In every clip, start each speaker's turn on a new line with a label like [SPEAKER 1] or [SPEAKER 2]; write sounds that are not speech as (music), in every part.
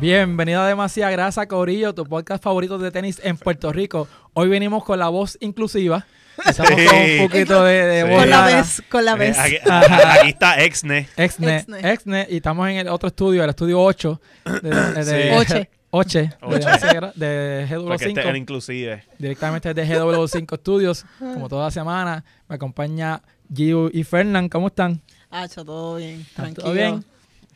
[SPEAKER 1] Bienvenido a Demasiada Grasa, Corillo, tu podcast favorito de tenis en Puerto Rico. Hoy venimos con la voz inclusiva. Estamos con un
[SPEAKER 2] Sí.
[SPEAKER 1] poquito de, de
[SPEAKER 2] Sí.
[SPEAKER 1] voz
[SPEAKER 3] Con la
[SPEAKER 1] rara.
[SPEAKER 3] vez, con la vez.
[SPEAKER 1] (laughs)
[SPEAKER 2] Eh, aquí,
[SPEAKER 1] Ajá.
[SPEAKER 2] aquí está Exne.
[SPEAKER 1] Exne,
[SPEAKER 3] Exne.
[SPEAKER 1] Exne, y estamos en el otro estudio, el estudio 8. De, de, de-
[SPEAKER 3] Oche.
[SPEAKER 1] Oche, de
[SPEAKER 2] Oche.
[SPEAKER 1] Demasiada Gra- de
[SPEAKER 2] Porque
[SPEAKER 1] GW5.
[SPEAKER 2] este era inclusive.
[SPEAKER 1] directamente desde GW5 Studios. Como toda semana, me acompaña Gio y Fernán. ¿Cómo están?
[SPEAKER 3] Hacho, Ah, todo bien, tranquilo.
[SPEAKER 1] ¿Todo bien?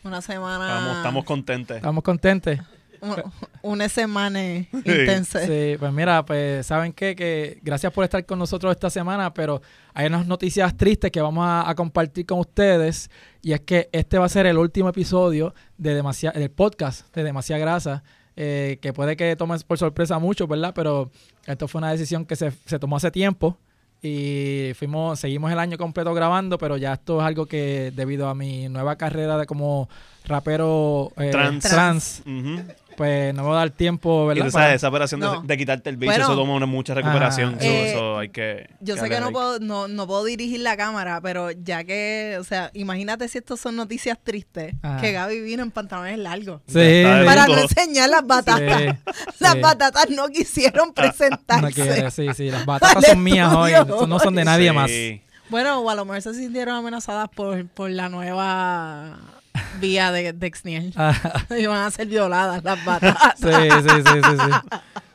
[SPEAKER 3] Una semana.
[SPEAKER 2] Estamos, estamos contentes.
[SPEAKER 1] ¿Estamos contentes?
[SPEAKER 3] un- Una semana (laughs) intensa.
[SPEAKER 1] Sí, pues mira, pues saben qué? que gracias por estar con nosotros esta semana, pero hay unas noticias tristes que vamos a, a compartir con ustedes y es que este va a ser el último episodio de Demasi- del podcast de Demasiada Grasa, eh, que puede que tomes por sorpresa mucho, ¿verdad? Pero esto fue una decisión que se, se tomó hace tiempo y fuimos seguimos el año completo grabando, pero ya esto es algo que debido a mi nueva carrera de como rapero eh,
[SPEAKER 2] Trans.
[SPEAKER 1] trans,
[SPEAKER 2] Ujú.
[SPEAKER 1] pues no me va a dar tiempo,
[SPEAKER 2] Y
[SPEAKER 1] ¿verdad?
[SPEAKER 2] tú
[SPEAKER 1] Para-
[SPEAKER 2] sabes, esa operación de-
[SPEAKER 3] No.
[SPEAKER 2] de, quitarte el bicho,
[SPEAKER 3] Bueno.
[SPEAKER 2] eso toma una mucha recuperación.
[SPEAKER 1] Ajá.
[SPEAKER 2] so-
[SPEAKER 3] Eh,
[SPEAKER 2] so hay que.
[SPEAKER 3] Yo sé
[SPEAKER 2] darle
[SPEAKER 3] que no
[SPEAKER 2] break.
[SPEAKER 3] puedo, no, no puedo dirigir la cámara, pero ya que, o sea, imagínate si estas son noticias tristes,
[SPEAKER 1] Ajá.
[SPEAKER 3] que Gaby vino en pantalones largos.
[SPEAKER 1] Ah. Sí,
[SPEAKER 2] Está de
[SPEAKER 3] Para no
[SPEAKER 2] luto.
[SPEAKER 3] enseñar las batatas.
[SPEAKER 1] Sí,
[SPEAKER 3] (laughs) las
[SPEAKER 1] sí. Ah,
[SPEAKER 3] batatas no quisieron presentarse.
[SPEAKER 1] No quiere, sí, sí, las batatas
[SPEAKER 3] Dale
[SPEAKER 1] son mías hoy,
[SPEAKER 3] estudio
[SPEAKER 1] son- no son de nadie
[SPEAKER 2] Sí.
[SPEAKER 1] más.
[SPEAKER 3] Bueno, o a lo mejor se sintieron amenazadas por, por la nueva vía de, de Exniel.
[SPEAKER 1] Ah,
[SPEAKER 3] (laughs) Iban a ser violadas las batatas.
[SPEAKER 1] (laughs) (laughs) sí, sí, sí, sí, sí.
[SPEAKER 2] (laughs)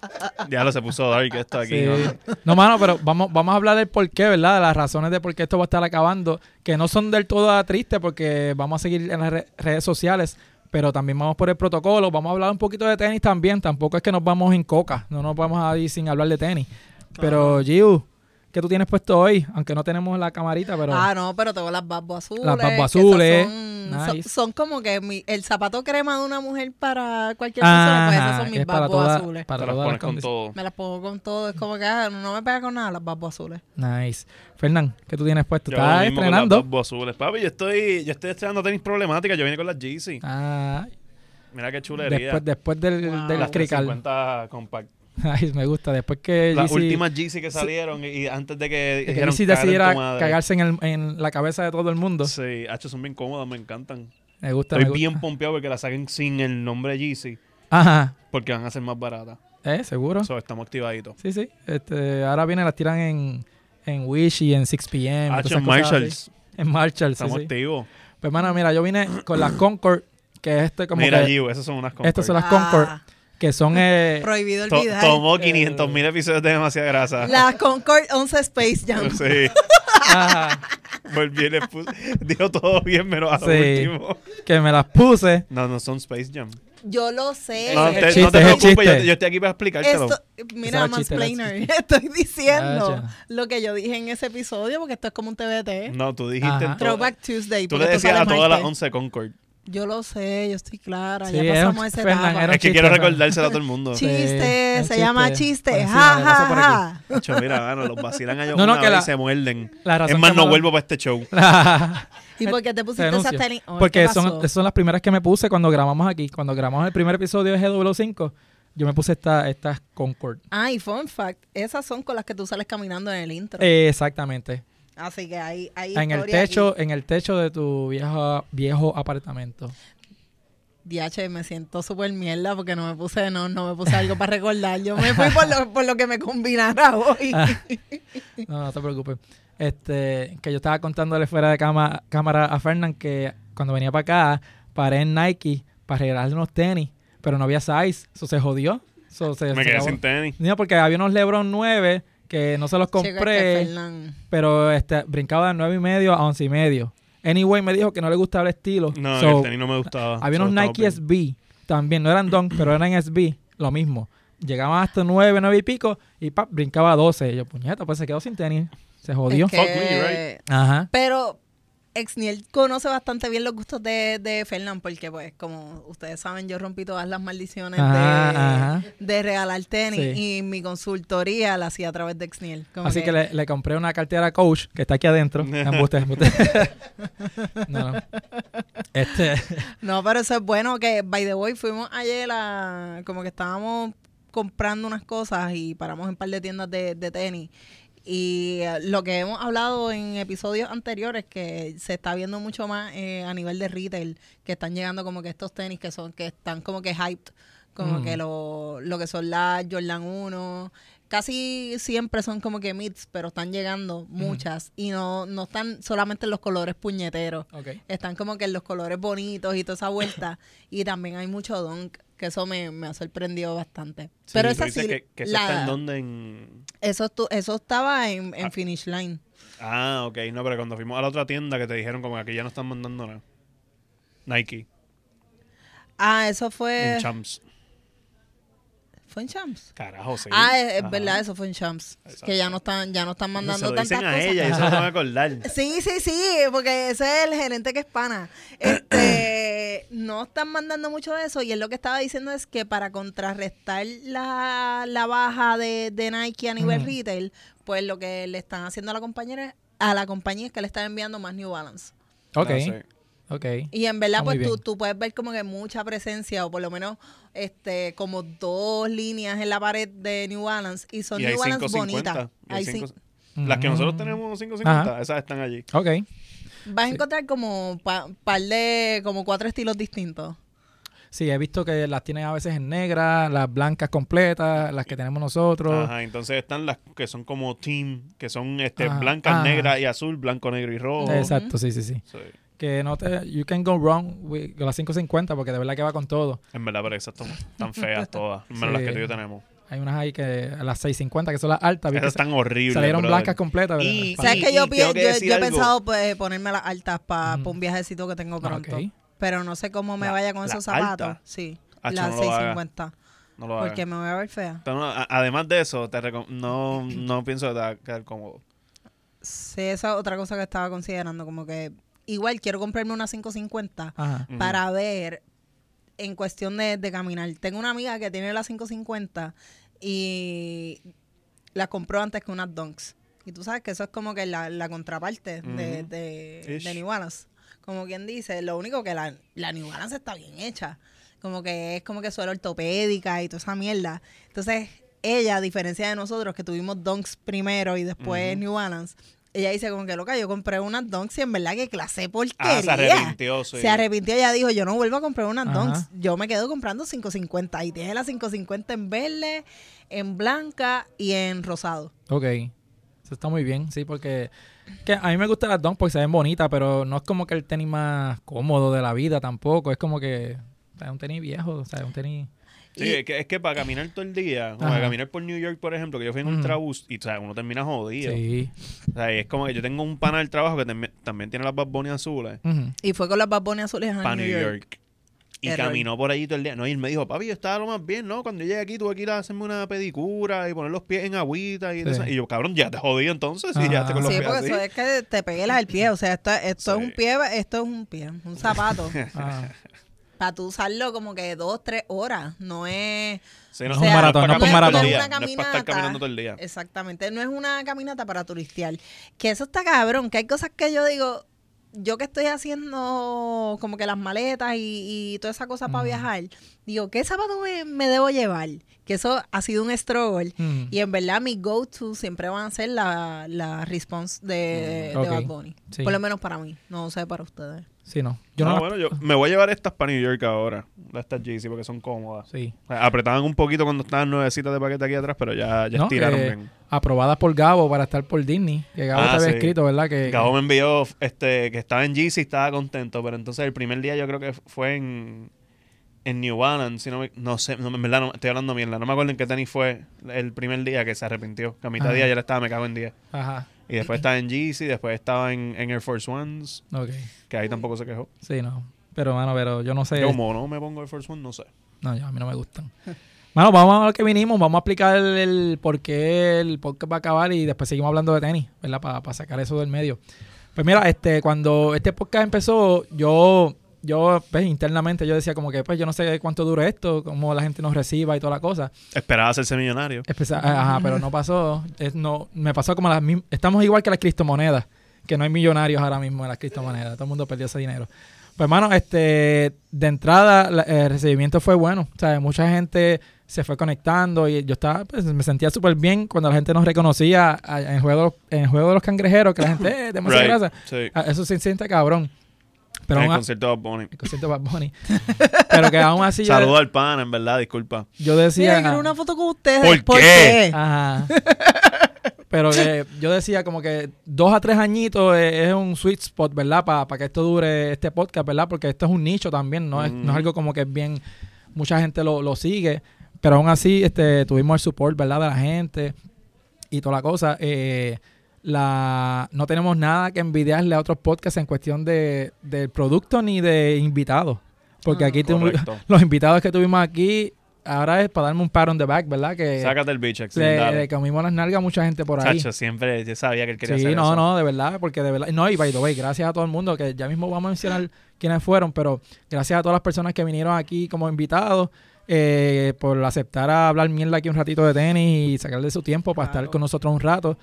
[SPEAKER 2] Ya lo se puso Dark esto aquí.
[SPEAKER 1] Sí.
[SPEAKER 2] ¿no?
[SPEAKER 1] No, mano, pero vamos, vamos a hablar del por qué, ¿verdad? De las razones de por qué esto va a estar acabando, que no son del todo tristes porque vamos a seguir en las re- redes sociales, pero también vamos por el protocolo, vamos a hablar un poquito de tenis también, tampoco es que nos vamos en coca, no nos vamos a ir sin hablar de tenis. Pero, Giu, ¿qué tú tienes puesto hoy? Aunque no tenemos la camarita, pero...
[SPEAKER 3] ah, no, pero tengo las babbo azules.
[SPEAKER 1] Las Babbo
[SPEAKER 3] que esas
[SPEAKER 1] azules,
[SPEAKER 3] Son,
[SPEAKER 1] nice.
[SPEAKER 3] son, son como que mi- el zapato crema de una mujer para cualquier persona,
[SPEAKER 1] Ah,
[SPEAKER 3] pues esas son mis
[SPEAKER 1] es para
[SPEAKER 3] babbo
[SPEAKER 1] toda-
[SPEAKER 3] azules.
[SPEAKER 1] para
[SPEAKER 2] Te las
[SPEAKER 1] todas las
[SPEAKER 2] pones con
[SPEAKER 1] condi-
[SPEAKER 2] todo.
[SPEAKER 3] Me las pongo con todo, es como que ah, no me pega con nada las babbo azules.
[SPEAKER 1] Nice. Fernán, ¿qué tú tienes puesto?
[SPEAKER 2] Yo hago lo
[SPEAKER 1] ¿Estás
[SPEAKER 2] mismo con las
[SPEAKER 1] estrenando?
[SPEAKER 2] Babbo azules. Papi, yo estoy, yo estoy estrenando tenis problemáticas. Yo vine con las Yeezy.
[SPEAKER 1] Ah,
[SPEAKER 2] Mira qué chulería.
[SPEAKER 1] después, después del,
[SPEAKER 3] Wow.
[SPEAKER 1] del
[SPEAKER 2] las
[SPEAKER 1] crical.
[SPEAKER 2] 350 compact.
[SPEAKER 1] (laughs) Ay, me gusta. Después que
[SPEAKER 2] Las
[SPEAKER 1] Yeezy-
[SPEAKER 2] últimas Yeezy que salieron y- y antes de que.
[SPEAKER 1] que
[SPEAKER 2] dijeron,
[SPEAKER 1] Yeezy
[SPEAKER 2] "Cagar en tu
[SPEAKER 1] decidiera
[SPEAKER 2] madre".
[SPEAKER 1] cagarse en, el- en la cabeza de todo el mundo.
[SPEAKER 2] Sí, hacho, son bien cómodas, me encantan.
[SPEAKER 1] Me gusta. me
[SPEAKER 2] Estoy
[SPEAKER 1] gusta.
[SPEAKER 2] bien pompeado porque la saquen sin el nombre Yeezy
[SPEAKER 1] Ajá.
[SPEAKER 2] porque van a ser más baratas.
[SPEAKER 1] ¿Eh? ¿Seguro?
[SPEAKER 2] So, estamos activaditos.
[SPEAKER 1] Sí, sí. Este, ahora viene las tiran en, en Wish y en 6pm. y todas
[SPEAKER 2] Hacho,
[SPEAKER 1] esas cosas así.
[SPEAKER 2] en Marshalls,
[SPEAKER 1] En Marshalls, sí,
[SPEAKER 2] Ah, estamos
[SPEAKER 1] sí.
[SPEAKER 2] activos.
[SPEAKER 1] Pues, mano, mira, yo vine con las Concord, que es este como
[SPEAKER 2] Mira,
[SPEAKER 1] que...
[SPEAKER 2] Giu, esas son unas
[SPEAKER 1] Estas son
[SPEAKER 2] Concord.
[SPEAKER 1] las Concord,
[SPEAKER 3] Ah,
[SPEAKER 1] que son...
[SPEAKER 3] (laughs)
[SPEAKER 1] eh,
[SPEAKER 3] prohibido
[SPEAKER 2] To-
[SPEAKER 3] olvidar.
[SPEAKER 2] Tomó 500 mil episodios de demasiada grasa.
[SPEAKER 3] Las Concord 11 Space
[SPEAKER 2] (laughs)
[SPEAKER 3] Jam.
[SPEAKER 2] Sí,
[SPEAKER 1] ajá.
[SPEAKER 2] volví y le puse. Dijo todo bien, menos a lo
[SPEAKER 1] Sí.
[SPEAKER 2] último.
[SPEAKER 1] que me las puse.
[SPEAKER 2] No, no son Space Jam.
[SPEAKER 3] Yo lo sé.
[SPEAKER 2] No,
[SPEAKER 1] es
[SPEAKER 2] te,
[SPEAKER 1] el
[SPEAKER 2] no
[SPEAKER 1] chiste,
[SPEAKER 2] te
[SPEAKER 1] es el
[SPEAKER 2] preocupes, yo,
[SPEAKER 1] chiste.
[SPEAKER 2] yo estoy aquí para explicártelo.
[SPEAKER 3] Esto,
[SPEAKER 1] Esa
[SPEAKER 3] mira,
[SPEAKER 1] es la chiste,
[SPEAKER 3] Mansplainer, (laughs) estoy diciendo
[SPEAKER 1] Cacha.
[SPEAKER 3] lo que yo dije en ese episodio, porque esto es como un TBT.
[SPEAKER 2] No, tú dijiste.
[SPEAKER 1] Ajá.
[SPEAKER 2] todo-
[SPEAKER 3] Throwback Tuesday.
[SPEAKER 2] Mm. Tú
[SPEAKER 3] porque
[SPEAKER 2] le
[SPEAKER 3] esto
[SPEAKER 2] decías
[SPEAKER 3] sale
[SPEAKER 2] a todas
[SPEAKER 3] martes.
[SPEAKER 2] las 11 Concord.
[SPEAKER 3] Yo lo sé, yo estoy clara,
[SPEAKER 1] Sí,
[SPEAKER 3] ya
[SPEAKER 1] era un
[SPEAKER 3] pasamos esa
[SPEAKER 1] Fernan,
[SPEAKER 3] etapa.
[SPEAKER 1] era un
[SPEAKER 2] Es que
[SPEAKER 1] chiste,
[SPEAKER 2] quiero
[SPEAKER 1] pero-
[SPEAKER 2] recordárselo a todo el mundo.
[SPEAKER 1] Sí.
[SPEAKER 3] Chiste,
[SPEAKER 1] un
[SPEAKER 3] se llama
[SPEAKER 1] chiste.
[SPEAKER 3] chiste,
[SPEAKER 1] Por
[SPEAKER 3] ja,
[SPEAKER 1] encima,
[SPEAKER 3] ja,
[SPEAKER 1] pasa por aquí.
[SPEAKER 3] ja.
[SPEAKER 2] Hacho, mira, mano, los vacilan a ellos
[SPEAKER 1] No, no,
[SPEAKER 2] una
[SPEAKER 1] que
[SPEAKER 2] vez
[SPEAKER 1] la-
[SPEAKER 2] y se muerden.
[SPEAKER 1] La razón
[SPEAKER 2] Es más,
[SPEAKER 1] que
[SPEAKER 2] no
[SPEAKER 1] me- (laughs)
[SPEAKER 2] vuelvo para este show.
[SPEAKER 3] ¿Y por qué te
[SPEAKER 1] Se
[SPEAKER 3] pusiste
[SPEAKER 1] denuncia.
[SPEAKER 3] esas tenis? Oh,
[SPEAKER 1] (laughs) Porque
[SPEAKER 3] ¿qué
[SPEAKER 1] son,
[SPEAKER 3] pasó?
[SPEAKER 1] son las primeras que me puse cuando grabamos aquí. Cuando grabamos el primer episodio de GW5, yo me puse esta- estas Concord.
[SPEAKER 3] Ay, fun fact, esas son con las que tú sales caminando en el intro.
[SPEAKER 1] Eh, exactamente.
[SPEAKER 3] Así que ahí, ahí
[SPEAKER 1] En el techo, en el techo de tu viejo, viejo apartamento.
[SPEAKER 3] DH, me siento súper mierda porque no me puse, no, no me puse algo para recordar. Yo me fui por lo, por lo que me combinara hoy.
[SPEAKER 1] Ah, No, no te preocupes. Este, que yo estaba contándole fuera de cama- cámara a Fernán que cuando venía para acá, paré en Nike para regalarle unos tenis, pero no había size. Eso se jodió. So, se-
[SPEAKER 2] Me
[SPEAKER 1] se
[SPEAKER 2] quedé
[SPEAKER 1] acabó.
[SPEAKER 2] sin tenis.
[SPEAKER 1] No, porque había unos Lebron 9 que no se los
[SPEAKER 3] Chico, es que
[SPEAKER 1] compré,
[SPEAKER 3] Fernán-
[SPEAKER 1] pero este, brincaba de 9 y medio a 11 y medio. Anyway, me dijo que no le gustaba el estilo.
[SPEAKER 2] No,
[SPEAKER 1] So,
[SPEAKER 2] el tenis no me gustaba.
[SPEAKER 1] había unos
[SPEAKER 2] So, estamos
[SPEAKER 1] Nike
[SPEAKER 2] bien.
[SPEAKER 1] SB también, no eran Dunk, pero eran SB, lo mismo. Llegaban hasta 9, 9 y pico y pap, brincaba a 12. Y yo, puñeta, pues se quedó sin tenis. Se jodió.
[SPEAKER 3] es que-
[SPEAKER 2] Fuck me,
[SPEAKER 1] Ajá.
[SPEAKER 3] Pero Exniel conoce bastante bien los gustos de, de Fernán, porque pues, como ustedes saben, yo rompí todas las maldiciones
[SPEAKER 1] Ajá,
[SPEAKER 3] de,
[SPEAKER 1] ajá.
[SPEAKER 3] de regalar tenis
[SPEAKER 1] Sí.
[SPEAKER 3] y mi consultoría la hacía a través de Exniel. como
[SPEAKER 1] Así que le, le compré una cartera Coach que está aquí
[SPEAKER 2] (laughs)
[SPEAKER 1] adentro. Embuste, embuste. no,
[SPEAKER 3] (laughs)
[SPEAKER 1] no. Este,
[SPEAKER 3] No, pero eso es bueno que, by the way, fuimos ayer a... Como que estábamos comprando unas cosas y paramos en un par de tiendas de, de tenis. Y eh, lo que hemos hablado en episodios anteriores, que se está viendo mucho más eh, a nivel de retail, que están llegando como que estos tenis que son que están como que hyped, como
[SPEAKER 1] Mm.
[SPEAKER 3] que lo, lo que son las Jordan 1. Casi siempre son como que mids, pero están llegando muchas y no, no están solamente en los colores puñeteros
[SPEAKER 1] Ok.
[SPEAKER 3] están como que en los colores bonitos y toda esa vuelta. y también hay mucho donk, que eso me, me ha sorprendido bastante.
[SPEAKER 1] Sí,
[SPEAKER 3] Pero
[SPEAKER 1] tú
[SPEAKER 2] Tú
[SPEAKER 3] esa
[SPEAKER 2] dices
[SPEAKER 3] sí,
[SPEAKER 2] que, que eso
[SPEAKER 3] la-
[SPEAKER 2] está en donde en...
[SPEAKER 3] eso, estu- eso estaba en, en
[SPEAKER 2] Ah.
[SPEAKER 3] Finish Line.
[SPEAKER 2] Ah, ok. No, pero cuando fuimos a la otra tienda que te dijeron como que aquí ya no están mandando nada. Nike.
[SPEAKER 3] Ah, eso
[SPEAKER 2] En
[SPEAKER 3] fue...
[SPEAKER 2] Champs.
[SPEAKER 3] ¿Fue en Champs?
[SPEAKER 2] Carajo, sí.
[SPEAKER 3] Ah, es, es
[SPEAKER 2] Ajá.
[SPEAKER 3] verdad, eso fue en Champs.
[SPEAKER 2] Exacto.
[SPEAKER 3] Que ya no están, ya no están
[SPEAKER 2] Eso
[SPEAKER 3] mandando
[SPEAKER 2] Se lo
[SPEAKER 3] tantas
[SPEAKER 2] dicen a
[SPEAKER 3] cosas.
[SPEAKER 2] ella y eso no me voy a
[SPEAKER 3] (laughs)
[SPEAKER 2] acordar.
[SPEAKER 3] Sí, sí, sí, porque ese es el gerente que es pana. Este, no están mandando mucho de eso y él lo que estaba diciendo es que para contrarrestar la, la baja de, de Nike a nivel
[SPEAKER 1] Ujú.
[SPEAKER 3] retail, pues lo que le están haciendo a la compañera a la compañía es que le están enviando más New Balance.
[SPEAKER 1] Ok.
[SPEAKER 2] No sé.
[SPEAKER 1] Ok.
[SPEAKER 3] Y en verdad,
[SPEAKER 1] Ah, muy
[SPEAKER 3] pues tú,
[SPEAKER 1] bien.
[SPEAKER 3] tú puedes ver como que mucha presencia o por lo menos este como dos líneas en la pared de New Balance y son
[SPEAKER 2] Y hay
[SPEAKER 3] New Balance
[SPEAKER 2] 550.
[SPEAKER 3] bonitas.
[SPEAKER 2] y hay
[SPEAKER 3] Hay
[SPEAKER 2] cinco-
[SPEAKER 3] cin-
[SPEAKER 2] Las que nosotros
[SPEAKER 1] Mm.
[SPEAKER 2] tenemos 550, esas están allí.
[SPEAKER 1] Ok.
[SPEAKER 3] Vas a
[SPEAKER 1] Sí.
[SPEAKER 3] encontrar como pa- par de como cuatro estilos distintos.
[SPEAKER 1] Sí, he visto que las tienen a veces en negra, las blancas completas, las que tenemos nosotros.
[SPEAKER 2] Ajá, entonces están las que son como team, que son este,
[SPEAKER 1] Ajá,
[SPEAKER 2] blancas,
[SPEAKER 1] ajá.
[SPEAKER 2] negras y azul, blanco, negro y rojo.
[SPEAKER 3] Exacto.
[SPEAKER 1] Exacto, sí, sí, sí.
[SPEAKER 2] Sí.
[SPEAKER 1] Que no te. You can go wrong with con las 550 porque de verdad que va con todo.
[SPEAKER 2] En verdad, pero esas están
[SPEAKER 3] (laughs)
[SPEAKER 2] tan feas todas, menos
[SPEAKER 1] Sí.
[SPEAKER 2] las que tú y yo tenemos.
[SPEAKER 1] Hay unas ahí que. Las 650 que son las altas. ¿viste?
[SPEAKER 2] Esas están horribles.
[SPEAKER 1] Salieron
[SPEAKER 2] brother.
[SPEAKER 1] blancas completas. ¿verdad?
[SPEAKER 2] Y-
[SPEAKER 1] Pa-
[SPEAKER 3] ¿Sabes que yo,
[SPEAKER 2] y
[SPEAKER 3] pien-
[SPEAKER 2] tengo que
[SPEAKER 3] yo-
[SPEAKER 2] decir
[SPEAKER 3] yo he
[SPEAKER 2] algo.
[SPEAKER 3] pensado pues, ponerme las altas para
[SPEAKER 1] Ujú.
[SPEAKER 3] un viajecito que tengo
[SPEAKER 1] Ah,
[SPEAKER 3] pronto?
[SPEAKER 1] ok.
[SPEAKER 3] Pero no sé cómo me
[SPEAKER 2] La-
[SPEAKER 3] vaya con
[SPEAKER 2] la
[SPEAKER 3] esos zapatos.
[SPEAKER 2] alta.
[SPEAKER 3] Sí,
[SPEAKER 2] Ah,
[SPEAKER 3] las
[SPEAKER 2] no lo hagas.
[SPEAKER 3] 650.
[SPEAKER 2] No lo hagas.
[SPEAKER 3] Porque me voy a ver fea.
[SPEAKER 2] Pero no, a- además de eso, te recom- no, no pienso que te va a quedar cómodo.
[SPEAKER 3] Sí, esa es otra cosa que estaba considerando. Como que igual quiero comprarme una 550
[SPEAKER 1] Ajá.
[SPEAKER 2] Ujú.
[SPEAKER 3] para ver en cuestión de, de caminar. Tengo una amiga que tiene la 550 y la compró antes que unas Dunks. Y tú sabes que eso es como que la, la contraparte de,
[SPEAKER 2] Ujú.
[SPEAKER 3] de,
[SPEAKER 2] Ish.
[SPEAKER 3] de New Balance. Como quien dice, lo único que la, la New Balance está bien hecha. Como que es como que suela ortopédica y toda esa mierda. Entonces, ella, a diferencia de nosotros, que tuvimos Dunks primero y después
[SPEAKER 2] Ujú.
[SPEAKER 3] New Balance, ella dice como que, loca, yo compré unas Dunks y en verdad que clase de porquería.
[SPEAKER 2] Ah, se arrepintió. sí.
[SPEAKER 3] Se arrepintió, ella dijo, yo no vuelvo a comprar una
[SPEAKER 1] Ajá.
[SPEAKER 3] Dunks, yo me quedo comprando 550. Y tiene la 550 en verde, en blanca y en rosado.
[SPEAKER 1] Ok. Eso está muy bien, sí, porque que a mí me gustan las Dunk porque se ven bonitas, pero no es como que el tenis más cómodo de la vida tampoco. Es como que o sea, es un tenis viejo, o sea, es un tenis.
[SPEAKER 2] Sí, es que, es que para caminar todo el día, como
[SPEAKER 1] Ajá.
[SPEAKER 2] que caminar por New York, por ejemplo, que yo fui en
[SPEAKER 1] Ujú.
[SPEAKER 2] un trabús y o sea, uno termina jodido.
[SPEAKER 1] Sí.
[SPEAKER 2] O sea, y es como que yo tengo un pana del trabajo que también- también tiene las Bad Bunny azules.
[SPEAKER 1] Ujú.
[SPEAKER 3] Y fue con las Bad a azules
[SPEAKER 2] para
[SPEAKER 3] a
[SPEAKER 2] New York. Y
[SPEAKER 3] Error.
[SPEAKER 2] caminó por allí todo el día. No, y él me dijo, papi, yo estaba lo más bien, ¿no? Cuando yo llegué aquí tuve que ir a hacerme una pedicura y poner los pies en agüita y
[SPEAKER 1] Sí.
[SPEAKER 2] todo eso". Y yo, cabrón, ya te jodí entonces y ya te con los
[SPEAKER 3] Sí,
[SPEAKER 2] pies
[SPEAKER 3] porque
[SPEAKER 2] así.
[SPEAKER 3] eso es que te peguelas el pie. O sea, esto, esto es
[SPEAKER 2] Sí.
[SPEAKER 3] un pie, esto es un pie, un
[SPEAKER 2] (laughs)
[SPEAKER 3] zapato. (laughs)
[SPEAKER 1] Ah,
[SPEAKER 3] para tú usarlo como que dos, tres horas. No es
[SPEAKER 2] Sí,
[SPEAKER 1] No
[SPEAKER 3] es un
[SPEAKER 2] para
[SPEAKER 1] maratón,
[SPEAKER 2] estar
[SPEAKER 1] no es un
[SPEAKER 2] caminando todo el
[SPEAKER 1] maratón.
[SPEAKER 2] día, No es para estar
[SPEAKER 3] Caminata.
[SPEAKER 2] caminando todo el día.
[SPEAKER 3] Exactamente, no es una caminata para turistear. Que eso está cabrón, que hay cosas que yo digo, yo que estoy haciendo como que las maletas y, y toda esa cosa para
[SPEAKER 1] Ujú.
[SPEAKER 3] viajar, digo, ¿qué zapato me, me debo llevar? Que eso ha sido un struggle.
[SPEAKER 1] ujú.
[SPEAKER 3] Y en verdad mis go-to siempre van a ser la, la response de,
[SPEAKER 1] Mm,
[SPEAKER 3] de
[SPEAKER 1] ok.
[SPEAKER 3] Bad Bunny.
[SPEAKER 1] Sí.
[SPEAKER 3] Por lo menos para mí, no sé para ustedes.
[SPEAKER 1] Sí, no. Yo
[SPEAKER 2] Ah,
[SPEAKER 1] no, las-
[SPEAKER 2] bueno, yo me voy a llevar estas para New York ahora. Estas Yeezy porque son cómodas.
[SPEAKER 1] Sí.
[SPEAKER 2] O sea, Apretaban un poquito cuando estaban nuevecitas de paquete aquí atrás, pero ya, ya
[SPEAKER 1] No, eh,
[SPEAKER 2] estiraron
[SPEAKER 1] que
[SPEAKER 2] bien.
[SPEAKER 1] Aprobadas por Gabo para estar por Disney. Que Gabo
[SPEAKER 2] Ah,
[SPEAKER 1] te había
[SPEAKER 2] sí.
[SPEAKER 1] escrito, ¿verdad? Que,
[SPEAKER 2] Gabo me envió este, que estaba en Yeezy y estaba contento, pero entonces el primer día yo creo que fue en, en New Balance. si no, me- no sé, no, en verdad no, estoy hablando mierda. No me acuerdo en qué tenis fue el primer día que se arrepintió. Que a mitad de
[SPEAKER 1] Ajá.
[SPEAKER 2] día ya le estaba, me cago en día.
[SPEAKER 1] Ajá.
[SPEAKER 2] Y después estaba en Yeezy, después estaba en, en Air Force Ones,
[SPEAKER 1] Ok.
[SPEAKER 2] que ahí tampoco se quejó.
[SPEAKER 1] Sí, no. Pero, mano, pero yo no sé.
[SPEAKER 2] Yo como no me pongo Air Force One, no sé.
[SPEAKER 1] No, yo- a mí no me gustan. (laughs) Bueno, vamos a ver que vinimos, vamos a explicar el, el por qué el podcast va a acabar y después seguimos hablando de tenis, ¿verdad? Para sacar eso del medio. Pues mira, este, cuando este podcast empezó, yo, yo, pues internamente yo decía como que, pues yo no sé cuánto dure esto, cómo la gente nos reciba y toda la cosa.
[SPEAKER 2] Esperaba hacerse millonario.
[SPEAKER 1] Espesa- eh, ajá, pero no pasó. Es- no, me pasó como las mism- Estamos igual que las criptomonedas, que no hay millonarios ahora mismo en las criptomonedas. Todo el mundo perdió ese dinero. Pues, hermano, este, de entrada, la- el recibimiento fue bueno. O sea, mucha gente se fue conectando y yo estaba, pues, me sentía súper bien cuando la gente nos reconocía a- en el juego, de los- en el juego de los cangrejeros, que la gente, eh, demasiada
[SPEAKER 2] Right,
[SPEAKER 1] grasa.
[SPEAKER 2] Sí.
[SPEAKER 1] Ah, Eso se siente cabrón. Pero
[SPEAKER 2] en el
[SPEAKER 1] aún a-
[SPEAKER 2] concierto de Bad Bunny.
[SPEAKER 1] el concierto de Bad Bunny. (laughs) Pero que aún así yo,
[SPEAKER 2] Saludo al pana, en verdad, disculpa.
[SPEAKER 1] yo
[SPEAKER 3] Mira,
[SPEAKER 1] decía...
[SPEAKER 3] yo quiero una foto con ustedes.
[SPEAKER 2] ¿Por
[SPEAKER 3] ¿Por
[SPEAKER 2] qué?
[SPEAKER 3] qué?
[SPEAKER 1] Ah, Ajá. (laughs) Pero que yo decía como que dos a tres añitos es, es un sweet spot, ¿verdad? Para que esto dure este podcast, ¿verdad? Porque esto es un nicho también, ¿no? Es, no es algo como que es bien, mucha gente lo, lo sigue, pero aún así este, tuvimos el support, ¿verdad? De la gente y toda la cosa. Eh, la, no tenemos nada que envidiarle a otros podcasts en cuestión de, del producto ni de invitados. Porque
[SPEAKER 3] Ah,
[SPEAKER 1] aquí tuvimos-
[SPEAKER 2] correcto.
[SPEAKER 1] (laughs) los invitados que tuvimos aquí, ahora es para darme un pat on the back, ¿verdad? Que,
[SPEAKER 2] Sácate el bicho, Axel,
[SPEAKER 1] le,
[SPEAKER 2] dale.
[SPEAKER 1] le comimos las nalgas a mucha gente por ahí.
[SPEAKER 2] Chacho, siempre yo sabía que él quería
[SPEAKER 1] Sí,
[SPEAKER 2] hacer
[SPEAKER 1] no,
[SPEAKER 2] eso.
[SPEAKER 1] no, de verdad, porque de verdad. No, y by the way, gracias a todo el mundo, que ya mismo vamos a mencionar quiénes fueron, pero gracias a todas las personas que vinieron aquí como invitados eh, por aceptar a hablar mierda aquí un ratito de tenis y sacarle su tiempo para
[SPEAKER 3] Claro.
[SPEAKER 1] estar con nosotros un rato.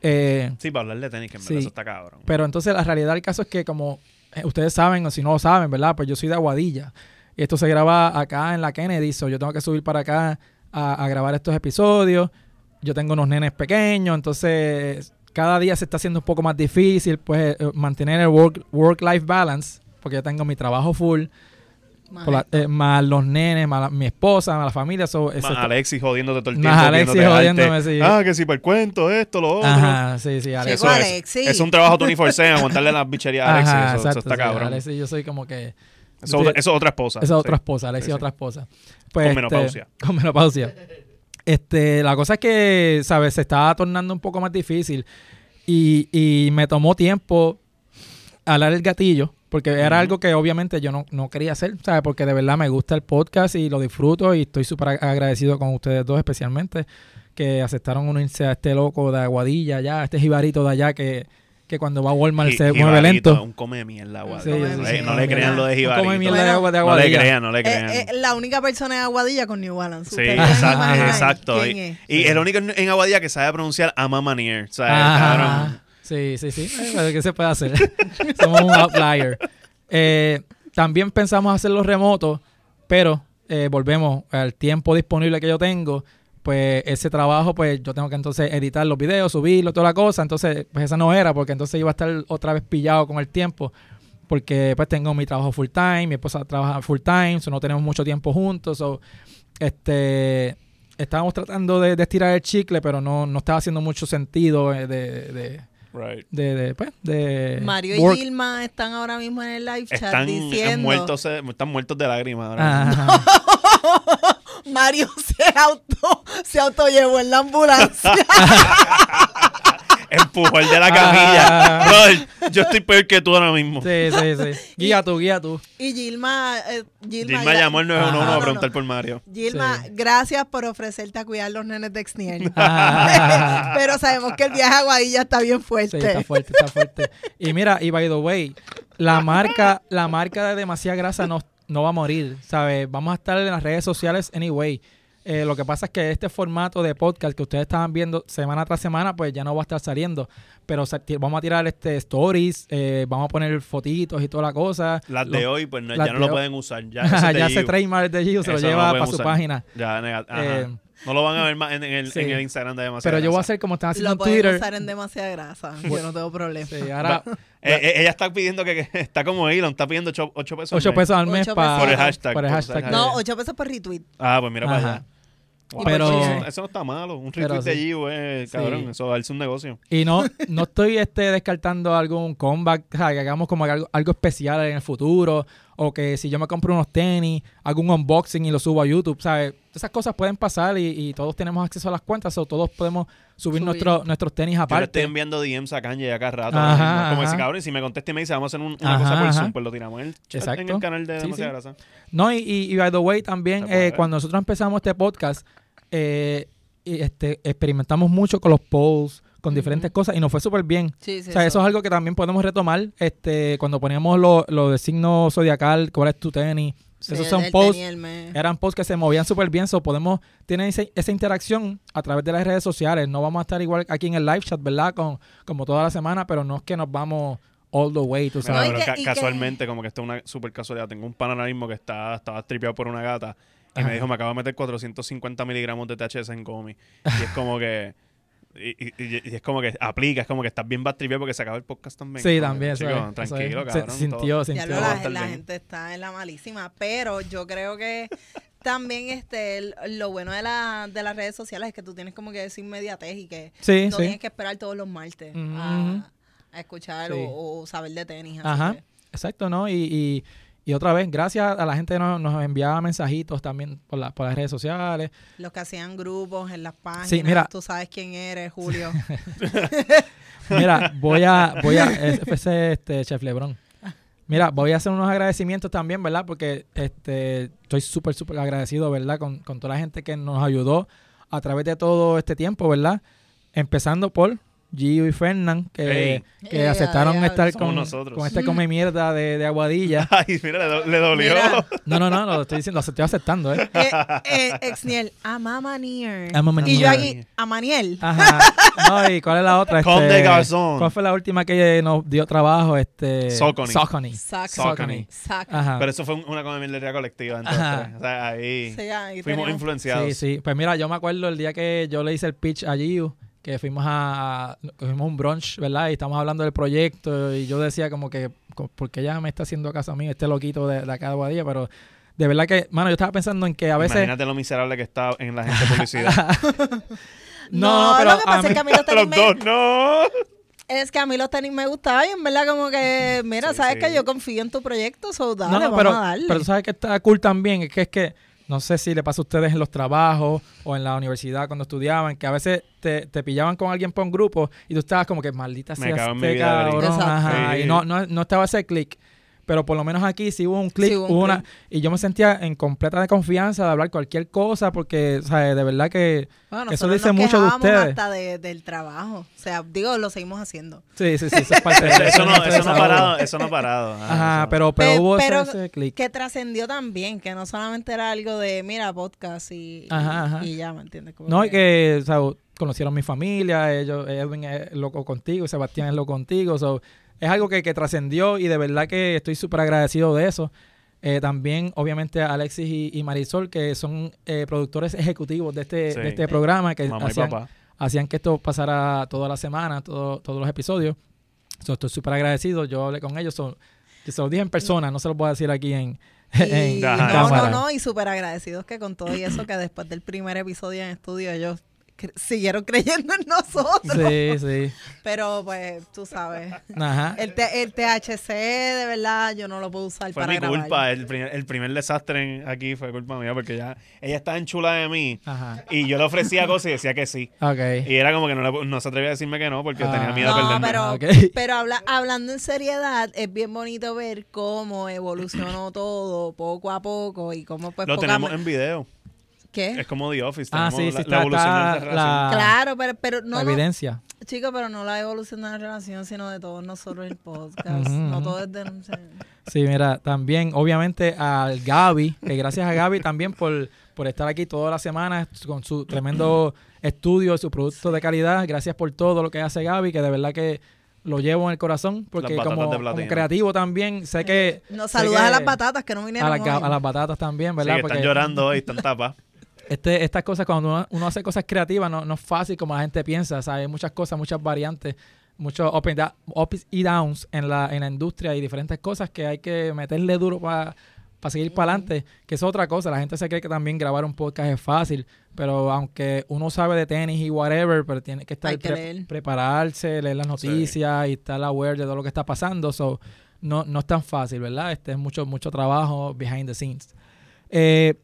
[SPEAKER 1] Eh,
[SPEAKER 2] Sí, para hablar de tenis, que en verdad
[SPEAKER 1] Sí.
[SPEAKER 2] eso está cabrón.
[SPEAKER 1] pero entonces la realidad del caso es que como eh, ustedes saben o si no lo saben, ¿verdad? Pues yo soy de Aguadilla. Y esto se graba acá en la Kennedy, so yo tengo que subir para acá a, a grabar estos episodios. Yo tengo unos nenes pequeños, entonces cada día se está haciendo un poco más difícil pues eh, mantener el work- work-life balance, porque yo tengo mi trabajo full, por la- eh, más los nenes, más la- mi esposa, más la familia. So, eso
[SPEAKER 2] Más
[SPEAKER 1] está-
[SPEAKER 2] Alexis jodiéndote todo el
[SPEAKER 1] Más
[SPEAKER 2] tiempo.
[SPEAKER 1] Alexis
[SPEAKER 2] pidiéndote
[SPEAKER 1] jodiéndome,
[SPEAKER 2] arte.
[SPEAKER 1] sí.
[SPEAKER 2] Ah, que si para el cuento, esto, lo otro.
[SPEAKER 1] Ajá, sí, sí,
[SPEAKER 3] Chico,
[SPEAKER 1] Alex.
[SPEAKER 2] Eso es,
[SPEAKER 3] Alexis.
[SPEAKER 2] es un
[SPEAKER 1] (laughs)
[SPEAKER 2] trabajo 24-7, aguantarle las bicherías a Alexis.
[SPEAKER 1] Ajá,
[SPEAKER 2] eso, eso
[SPEAKER 1] exacto,
[SPEAKER 2] está
[SPEAKER 1] sí,
[SPEAKER 2] cabrón.
[SPEAKER 1] Alex y yo soy como que...
[SPEAKER 2] Eso, eso es otra esposa.
[SPEAKER 1] Esa es otra
[SPEAKER 2] sí.
[SPEAKER 1] esposa, Alexis
[SPEAKER 2] Sí,
[SPEAKER 1] es
[SPEAKER 2] sí.
[SPEAKER 1] otra esposa. Pues,
[SPEAKER 2] Con
[SPEAKER 1] este,
[SPEAKER 2] menopausia.
[SPEAKER 1] con menopausia. Este, la cosa es que, ¿sabes? Se estaba tornando un poco más difícil. Y, y me tomó tiempo alar el gatillo. Porque era
[SPEAKER 2] Ujú.
[SPEAKER 1] algo que obviamente yo no, no quería hacer, ¿sabes? Porque de verdad me gusta el podcast y lo disfruto. Y estoy súper ag- agradecido con ustedes dos, especialmente, que aceptaron unirse a este loco de Aguadilla allá, a este jibarito de allá que, que cuando va a Walmart
[SPEAKER 2] Ji-
[SPEAKER 1] se mueve
[SPEAKER 2] Jibarito,
[SPEAKER 1] lento.
[SPEAKER 2] Un come de mierda, guau.
[SPEAKER 1] Sí,
[SPEAKER 2] no,
[SPEAKER 1] sí,
[SPEAKER 2] le-
[SPEAKER 1] sí,
[SPEAKER 2] no
[SPEAKER 1] sí,
[SPEAKER 2] le
[SPEAKER 1] sí.
[SPEAKER 2] crean lo de
[SPEAKER 1] No come
[SPEAKER 2] Jibarito.
[SPEAKER 1] mierda de agua de
[SPEAKER 2] No le
[SPEAKER 1] Aguadilla.
[SPEAKER 2] crean, no le crean.
[SPEAKER 3] Es, es Eh, la única persona de Aguadilla con New Balance.
[SPEAKER 2] Sí,
[SPEAKER 3] Ustedes
[SPEAKER 2] exacto.
[SPEAKER 3] pueden imaginar
[SPEAKER 2] exacto.
[SPEAKER 3] quién
[SPEAKER 2] Y,
[SPEAKER 3] es.
[SPEAKER 2] y el único en en Aguadilla que sabe pronunciar Ama Manier. O sea,
[SPEAKER 1] Ajá.
[SPEAKER 2] cabrón.
[SPEAKER 1] Sí, sí, sí. Eh, pero ¿Qué se puede hacer? (laughs) Somos un outlier. Eh, también pensamos hacerlo remoto, pero eh, volvemos al tiempo disponible que yo tengo. Pues ese trabajo, pues yo tengo que entonces editar los videos, subirlo, toda la cosa. Entonces, pues esa no era, porque entonces iba a estar otra vez pillado con el tiempo. Porque pues tengo mi trabajo full time, mi esposa trabaja full time, so, no tenemos mucho tiempo juntos. so, este estábamos tratando de, de estirar el chicle, pero no, no estaba haciendo mucho sentido eh, de, de,
[SPEAKER 2] Right.
[SPEAKER 1] de, de, pues, de
[SPEAKER 3] Mario
[SPEAKER 1] work.
[SPEAKER 3] y Gilma están ahora mismo en el live chat
[SPEAKER 2] Están,
[SPEAKER 3] diciendo.
[SPEAKER 2] muertos, eh, están muertos de lágrimas ahora.
[SPEAKER 1] Ajá,
[SPEAKER 2] mismo.
[SPEAKER 1] ajá.
[SPEAKER 3] (laughs) Mario se auto se autollevó en la ambulancia.
[SPEAKER 1] (laughs)
[SPEAKER 2] Empujó el de la
[SPEAKER 1] Ah.
[SPEAKER 2] camilla. Brother, yo estoy peor que tú ahora mismo.
[SPEAKER 1] Sí, sí, sí. Guía tú, guía tú.
[SPEAKER 3] y Gilma, eh, Gilma,
[SPEAKER 2] Gilma
[SPEAKER 3] ya-
[SPEAKER 2] llamó al 911
[SPEAKER 1] Ajá.
[SPEAKER 2] a preguntar por Mario.
[SPEAKER 3] Gilma,
[SPEAKER 1] Sí.
[SPEAKER 3] gracias por ofrecerte a cuidar los nenes de Exniel.
[SPEAKER 1] (laughs) Ajá.
[SPEAKER 3] Pero sabemos que el viaje a Guadilla está bien
[SPEAKER 1] Sí,
[SPEAKER 3] fuerte.
[SPEAKER 1] está fuerte, está fuerte. Y mira, y by the way, la marca, la marca de demasiada grasa no, no va a morir, ¿sabes? Vamos a estar en las redes sociales anyway. Eh, lo que pasa es que este formato de podcast que ustedes estaban viendo semana tras semana, pues ya no va a estar saliendo. Pero sa- ti- vamos a tirar este stories, eh, vamos a poner fotitos y toda la cosa.
[SPEAKER 2] Las
[SPEAKER 1] Los-
[SPEAKER 2] de hoy, pues no-
[SPEAKER 1] las
[SPEAKER 2] ya no
[SPEAKER 1] de
[SPEAKER 2] lo
[SPEAKER 1] hoy.
[SPEAKER 2] pueden usar.
[SPEAKER 1] (laughs)
[SPEAKER 2] Ya, eso
[SPEAKER 1] ya,
[SPEAKER 2] es de
[SPEAKER 1] ese
[SPEAKER 2] Giu.
[SPEAKER 1] trademark de Gio se lo
[SPEAKER 2] Eso no
[SPEAKER 1] lleva
[SPEAKER 2] pueden
[SPEAKER 1] para su
[SPEAKER 2] usar.
[SPEAKER 1] página.
[SPEAKER 2] Ya, nega- ajá.
[SPEAKER 1] Eh,
[SPEAKER 2] no lo van a ver más en, en el,
[SPEAKER 1] sí.
[SPEAKER 2] en el Instagram de demasiado.
[SPEAKER 1] pero yo voy a hacer como están haciendo
[SPEAKER 3] Lo
[SPEAKER 1] en
[SPEAKER 3] pueden
[SPEAKER 1] Twitter.
[SPEAKER 3] usar en demasiada grasa. Yo no tengo problema.
[SPEAKER 1] Sí, ahora
[SPEAKER 2] Eh, ella está pidiendo que, (laughs) que- está como Elon, está pidiendo 8 pesos. al
[SPEAKER 1] 8
[SPEAKER 2] mes.
[SPEAKER 1] pesos al mes
[SPEAKER 3] Ocho
[SPEAKER 1] para
[SPEAKER 3] pesos.
[SPEAKER 2] Por el hashtag,
[SPEAKER 1] Por el
[SPEAKER 2] por
[SPEAKER 1] hashtag.
[SPEAKER 2] usar
[SPEAKER 3] No,
[SPEAKER 1] de-
[SPEAKER 3] 8 pesos por retweet.
[SPEAKER 2] Ah, pues mira para
[SPEAKER 1] Ajá.
[SPEAKER 2] allá. Wow,
[SPEAKER 1] Pero-
[SPEAKER 2] eso, no- eso no está malo. Un
[SPEAKER 1] Pero
[SPEAKER 2] retweet de
[SPEAKER 1] sí.
[SPEAKER 2] Giu, eh, cabrón.
[SPEAKER 1] Sí.
[SPEAKER 2] Eso es un negocio.
[SPEAKER 1] Y no, no estoy este, descartando algún comeback, o sea, que hagamos como algo, algo especial en el futuro, o que si yo me compro unos tenis, hago un unboxing y lo subo a YouTube, ¿sabes? Esas cosas pueden pasar y, y todos tenemos acceso a las cuentas, o todos podemos subir,
[SPEAKER 3] Subir.
[SPEAKER 1] nuestro- nuestros tenis
[SPEAKER 2] Yo le estoy
[SPEAKER 1] aparte.
[SPEAKER 2] enviando DMs a Kanye acá rato.
[SPEAKER 1] Ajá,
[SPEAKER 2] ahora mismo. como
[SPEAKER 1] ajá.
[SPEAKER 2] ese cabrón, y si me contesta y me dice, vamos a hacer un- una
[SPEAKER 1] Ajá,
[SPEAKER 2] cosa por
[SPEAKER 1] ajá.
[SPEAKER 2] Zoom, pues lo tiramos en el, chat,
[SPEAKER 1] Exacto.
[SPEAKER 2] en el canal de
[SPEAKER 1] Sí,
[SPEAKER 2] Demasiada
[SPEAKER 1] sí.
[SPEAKER 2] Grasa.
[SPEAKER 1] No, y, y, y by the way, también
[SPEAKER 2] Se puede
[SPEAKER 1] eh,
[SPEAKER 2] ver.
[SPEAKER 1] cuando nosotros empezamos este podcast, eh, y, este, experimentamos mucho con los polls, con diferentes cosas, y nos fue súper bien.
[SPEAKER 3] Sí, sí.
[SPEAKER 1] O sea, eso es algo que también podemos retomar este, cuando poníamos lo, lo de signo zodiacal, cuál es tu tenis. esos son posts, eran posts que se movían súper bien, so podemos tener ese- esa interacción a través de las redes sociales. No vamos a estar igual aquí en el live chat, ¿verdad? Con, como toda la semana, pero no es que nos vamos all the way, tú
[SPEAKER 2] Mira,
[SPEAKER 1] sabes.
[SPEAKER 2] pero
[SPEAKER 3] No, y que-
[SPEAKER 2] ca-
[SPEAKER 3] y que-
[SPEAKER 2] casualmente, como que esto es una super casualidad. Tengo un pan ahora mismo que está, estaba tripeado por una gata. Y me dijo, me acabo de meter 450 miligramos de THC en Gomi. Y es como que... Y, y- y- y es como que aplica, es como que estás bien bastripeado porque se acaba el podcast también.
[SPEAKER 1] Sí,
[SPEAKER 2] Como que,
[SPEAKER 1] también.
[SPEAKER 2] chico,
[SPEAKER 1] eso es, eso es.
[SPEAKER 2] tranquilo,
[SPEAKER 1] Se-
[SPEAKER 2] cabrón. todo.
[SPEAKER 1] sintió, sintió.
[SPEAKER 3] Ya lo,
[SPEAKER 2] va a
[SPEAKER 3] la,
[SPEAKER 2] estar
[SPEAKER 3] la
[SPEAKER 2] bien.
[SPEAKER 3] gente está en la malísima, pero yo creo que también este el- lo bueno de, la, de las redes sociales es que tú tienes como que decir mediatez y que
[SPEAKER 1] Sí,
[SPEAKER 3] no
[SPEAKER 1] sí.
[SPEAKER 3] tienes que esperar todos los martes
[SPEAKER 1] Ujú.
[SPEAKER 3] a, a escuchar
[SPEAKER 1] Sí.
[SPEAKER 3] o, o saber de tenis. así
[SPEAKER 1] Ajá,
[SPEAKER 3] que-
[SPEAKER 1] exacto, ¿no? Y, y, y otra vez, gracias a la gente que nos, nos enviaba mensajitos también por, la- por las redes sociales.
[SPEAKER 3] Los que hacían grupos en las páginas.
[SPEAKER 1] mira.
[SPEAKER 3] Tú sabes quién eres,
[SPEAKER 1] (laughs)
[SPEAKER 3] Julio.
[SPEAKER 1] Mira, voy a, voy
[SPEAKER 3] (laughs)
[SPEAKER 1] a, es- ese, este, Chef Lebron. Mira, voy a hacer unos agradecimientos también, ¿verdad? Porque este, estoy súper, súper agradecido, ¿verdad? Con, con toda la gente que nos ayudó a través de todo este tiempo, ¿verdad? Empezando por Gio y Fernán, que, que
[SPEAKER 3] Ey,
[SPEAKER 1] aceptaron
[SPEAKER 3] diablo.
[SPEAKER 1] estar
[SPEAKER 2] Somos
[SPEAKER 1] con,
[SPEAKER 2] nosotros.
[SPEAKER 1] con este come mierda de, de aguadilla.
[SPEAKER 2] (laughs) Ay, mira, le, do- le dolió.
[SPEAKER 3] Mira.
[SPEAKER 1] No, no, no, lo estoy diciendo, lo estoy aceptando, ¿eh?
[SPEAKER 3] eh, eh, Exniel, ama Manier.
[SPEAKER 1] I'm a Ah, man
[SPEAKER 3] Y yo
[SPEAKER 1] here.
[SPEAKER 3] aquí, a Maniel.
[SPEAKER 1] Ajá. No, ¿y cuál es la otra?
[SPEAKER 2] Conde
[SPEAKER 1] Este,
[SPEAKER 2] Garzón.
[SPEAKER 1] ¿Cuál fue la última que nos dio trabajo? Este,
[SPEAKER 2] Saucony.
[SPEAKER 1] Saucony.
[SPEAKER 2] Saucony.
[SPEAKER 3] Saca.
[SPEAKER 1] Ajá.
[SPEAKER 2] Pero eso fue un- una comedia colectiva,
[SPEAKER 1] Ah. Ajá.
[SPEAKER 2] entonces. O sea, ahí
[SPEAKER 3] Sí, ahí
[SPEAKER 2] fuimos
[SPEAKER 3] tenemos-
[SPEAKER 2] influenciados.
[SPEAKER 1] Sí, sí. Pues mira, yo me acuerdo el día que yo le hice el pitch a Giu, que fuimos a, que fuimos a un brunch, ¿verdad? Y estamos hablando del proyecto y yo decía como que, co- ¿por qué ya me está haciendo caso a mí este loquito de, de acá de Guadilla? Pero de verdad que, mano, yo estaba pensando en que a veces...
[SPEAKER 2] Imagínate lo miserable que está en
[SPEAKER 1] (laughs)
[SPEAKER 2] la gente de publicidad.
[SPEAKER 1] No,
[SPEAKER 3] No,
[SPEAKER 1] pero
[SPEAKER 3] lo que pasa
[SPEAKER 1] a
[SPEAKER 3] es que a mí los tenis
[SPEAKER 2] (laughs) Los
[SPEAKER 3] me-
[SPEAKER 2] dos, no.
[SPEAKER 3] Es que a mí los tenis me gustaban y en verdad
[SPEAKER 1] (laughs)
[SPEAKER 3] como que, mira,
[SPEAKER 2] Sí,
[SPEAKER 3] sabes
[SPEAKER 2] sí.
[SPEAKER 3] que yo confío en tu proyecto, so dale,
[SPEAKER 1] no,
[SPEAKER 3] vamos
[SPEAKER 1] pero,
[SPEAKER 3] a darle.
[SPEAKER 1] pero tú sabes que está cool también, es que es que no sé si le pasa a ustedes en los trabajos o en la universidad cuando estudiaban, que a veces te, te pillaban con alguien por un grupo y tú estabas como que maldita
[SPEAKER 2] Me
[SPEAKER 1] sea
[SPEAKER 2] cago en mi
[SPEAKER 1] este
[SPEAKER 2] vida, Beric".
[SPEAKER 1] cabrón,
[SPEAKER 3] Exacto.
[SPEAKER 1] ajá,
[SPEAKER 2] Sí.
[SPEAKER 1] y no, no, no estaba ese clic. Pero por lo menos aquí sí hubo un clic,
[SPEAKER 3] Sí hubo un
[SPEAKER 1] hubo una,
[SPEAKER 3] clic.
[SPEAKER 1] y yo me sentía en completa desconfianza de hablar cualquier cosa, porque, o sea, de verdad que
[SPEAKER 3] Bueno,
[SPEAKER 1] eso
[SPEAKER 3] nosotros
[SPEAKER 1] dice
[SPEAKER 3] nos
[SPEAKER 1] mucho de
[SPEAKER 3] quejábamos
[SPEAKER 1] ustedes.
[SPEAKER 3] hasta de- del trabajo. O sea, digo, lo seguimos haciendo.
[SPEAKER 1] sí, sí, sí, eso es
[SPEAKER 2] (laughs)
[SPEAKER 1] parte de
[SPEAKER 2] Eso no, eso no ha
[SPEAKER 1] estresado.
[SPEAKER 2] parado, eso no ha parado. Ah,
[SPEAKER 1] Ajá,
[SPEAKER 2] eso-
[SPEAKER 1] pero, pero
[SPEAKER 3] Pe-
[SPEAKER 1] hubo ese-
[SPEAKER 3] pero-
[SPEAKER 1] ese clic.
[SPEAKER 3] Que trascendió también, que no solamente era algo de, mira, podcast y, y-
[SPEAKER 1] Ajá, ajá.
[SPEAKER 3] y ya, ¿me entiendes? Como
[SPEAKER 1] No, y que o sea, conocieron mi familia, ellos, Edwin es loco contigo, Sebastián es loco contigo. so, es algo que, que trascendió y de verdad que estoy súper agradecido de eso. Eh, también, obviamente, a Alexis y, y Marisol, que son eh, productores ejecutivos de este,
[SPEAKER 2] Sí.
[SPEAKER 1] de este
[SPEAKER 3] Sí.
[SPEAKER 1] programa, que
[SPEAKER 2] Mamá y
[SPEAKER 1] hacían,
[SPEAKER 2] papá.
[SPEAKER 1] hacían que esto pasara toda la semana, todo- todos los episodios. So, estoy súper agradecido. Yo hablé con ellos, so, que se los dije en persona, no se los voy a decir aquí en, en- (laughs)
[SPEAKER 3] Y,
[SPEAKER 1] en
[SPEAKER 2] Ajá.
[SPEAKER 3] no,
[SPEAKER 1] cámara.
[SPEAKER 3] no, no, y súper agradecidos que con todo y eso, que después del primer episodio en estudio ellos cre- siguieron (laughs) creyendo en nosotros.
[SPEAKER 1] Sí, sí.
[SPEAKER 3] Pero pues, tú sabes,
[SPEAKER 1] Ajá.
[SPEAKER 3] (laughs) el, T- el THC de verdad yo no lo puedo usar
[SPEAKER 2] Fue
[SPEAKER 3] para
[SPEAKER 2] mi
[SPEAKER 3] grabar.
[SPEAKER 2] culpa. eh, El primer, el primer desastre en- aquí fue culpa mía porque ya ella estaba enchulada de mí
[SPEAKER 1] Ajá.
[SPEAKER 2] y yo le
[SPEAKER 3] (laughs)
[SPEAKER 2] ofrecía cosas y decía que sí.
[SPEAKER 1] Ok.
[SPEAKER 2] Y era como que no, le- no se atrevía a decirme que no porque
[SPEAKER 1] Ah.
[SPEAKER 2] tenía miedo a
[SPEAKER 3] No,
[SPEAKER 2] perderme.
[SPEAKER 3] pero,
[SPEAKER 1] Ok.
[SPEAKER 3] pero habla, hablando en seriedad, es bien bonito ver
[SPEAKER 2] (clears throat)
[SPEAKER 3] cómo evolucionó todo poco a poco y cómo pues
[SPEAKER 2] Lo
[SPEAKER 3] poca
[SPEAKER 2] tenemos
[SPEAKER 3] ma- ¿Eh?
[SPEAKER 2] en video.
[SPEAKER 3] ¿Qué?
[SPEAKER 2] Es como The Office.
[SPEAKER 1] Ah,
[SPEAKER 2] tenemos
[SPEAKER 1] sí, sí,
[SPEAKER 2] la,
[SPEAKER 1] está-
[SPEAKER 2] la evolución de
[SPEAKER 1] está
[SPEAKER 2] la relación.
[SPEAKER 1] la-
[SPEAKER 3] Claro, pero, pero no,
[SPEAKER 1] La
[SPEAKER 3] no,
[SPEAKER 1] evidencia.
[SPEAKER 3] chico, pero no la evolución de la relación, sino de todos nosotros el podcast.
[SPEAKER 1] Ujú,
[SPEAKER 3] No
[SPEAKER 1] ujú.
[SPEAKER 3] todo es de... sí.
[SPEAKER 1] Sí, mira, también, obviamente, al Gaby, que gracias a Gaby también por, por estar aquí toda la semana con su tremendo estudio, su producto de calidad. Gracias por todo lo que hace Gaby, que de verdad que lo llevo en el corazón, porque
[SPEAKER 2] Las batatas
[SPEAKER 1] como,
[SPEAKER 2] de
[SPEAKER 1] como
[SPEAKER 2] platino.
[SPEAKER 1] creativo también, sé que...
[SPEAKER 3] Nos
[SPEAKER 1] sé
[SPEAKER 3] saludas
[SPEAKER 1] que-
[SPEAKER 3] a las patatas que no vinieron
[SPEAKER 1] A, las ga-
[SPEAKER 3] hoy.
[SPEAKER 1] a las batatas también,
[SPEAKER 2] Sí,
[SPEAKER 1] ¿verdad?
[SPEAKER 2] están llorando y (laughs) están tapas.
[SPEAKER 1] este, estas cosas, cuando uno, uno hace cosas creativas, no, no es fácil como la gente piensa. ¿sabes? Hay muchas cosas, muchas variantes, muchos up and da- ups y downs en la, en la industria y diferentes cosas que hay que meterle duro para seguir para adelante, que es otra cosa. La gente se cree que también grabar un podcast es fácil, pero aunque uno sabe de tenis y whatever, pero tiene que estar
[SPEAKER 3] Hay que leer.
[SPEAKER 1] prepararse, leer las
[SPEAKER 2] Sí.
[SPEAKER 1] noticias y estar aware de todo lo que está pasando. So, no, no es tan fácil, ¿verdad? Este es mucho, mucho trabajo behind the scenes. Eh,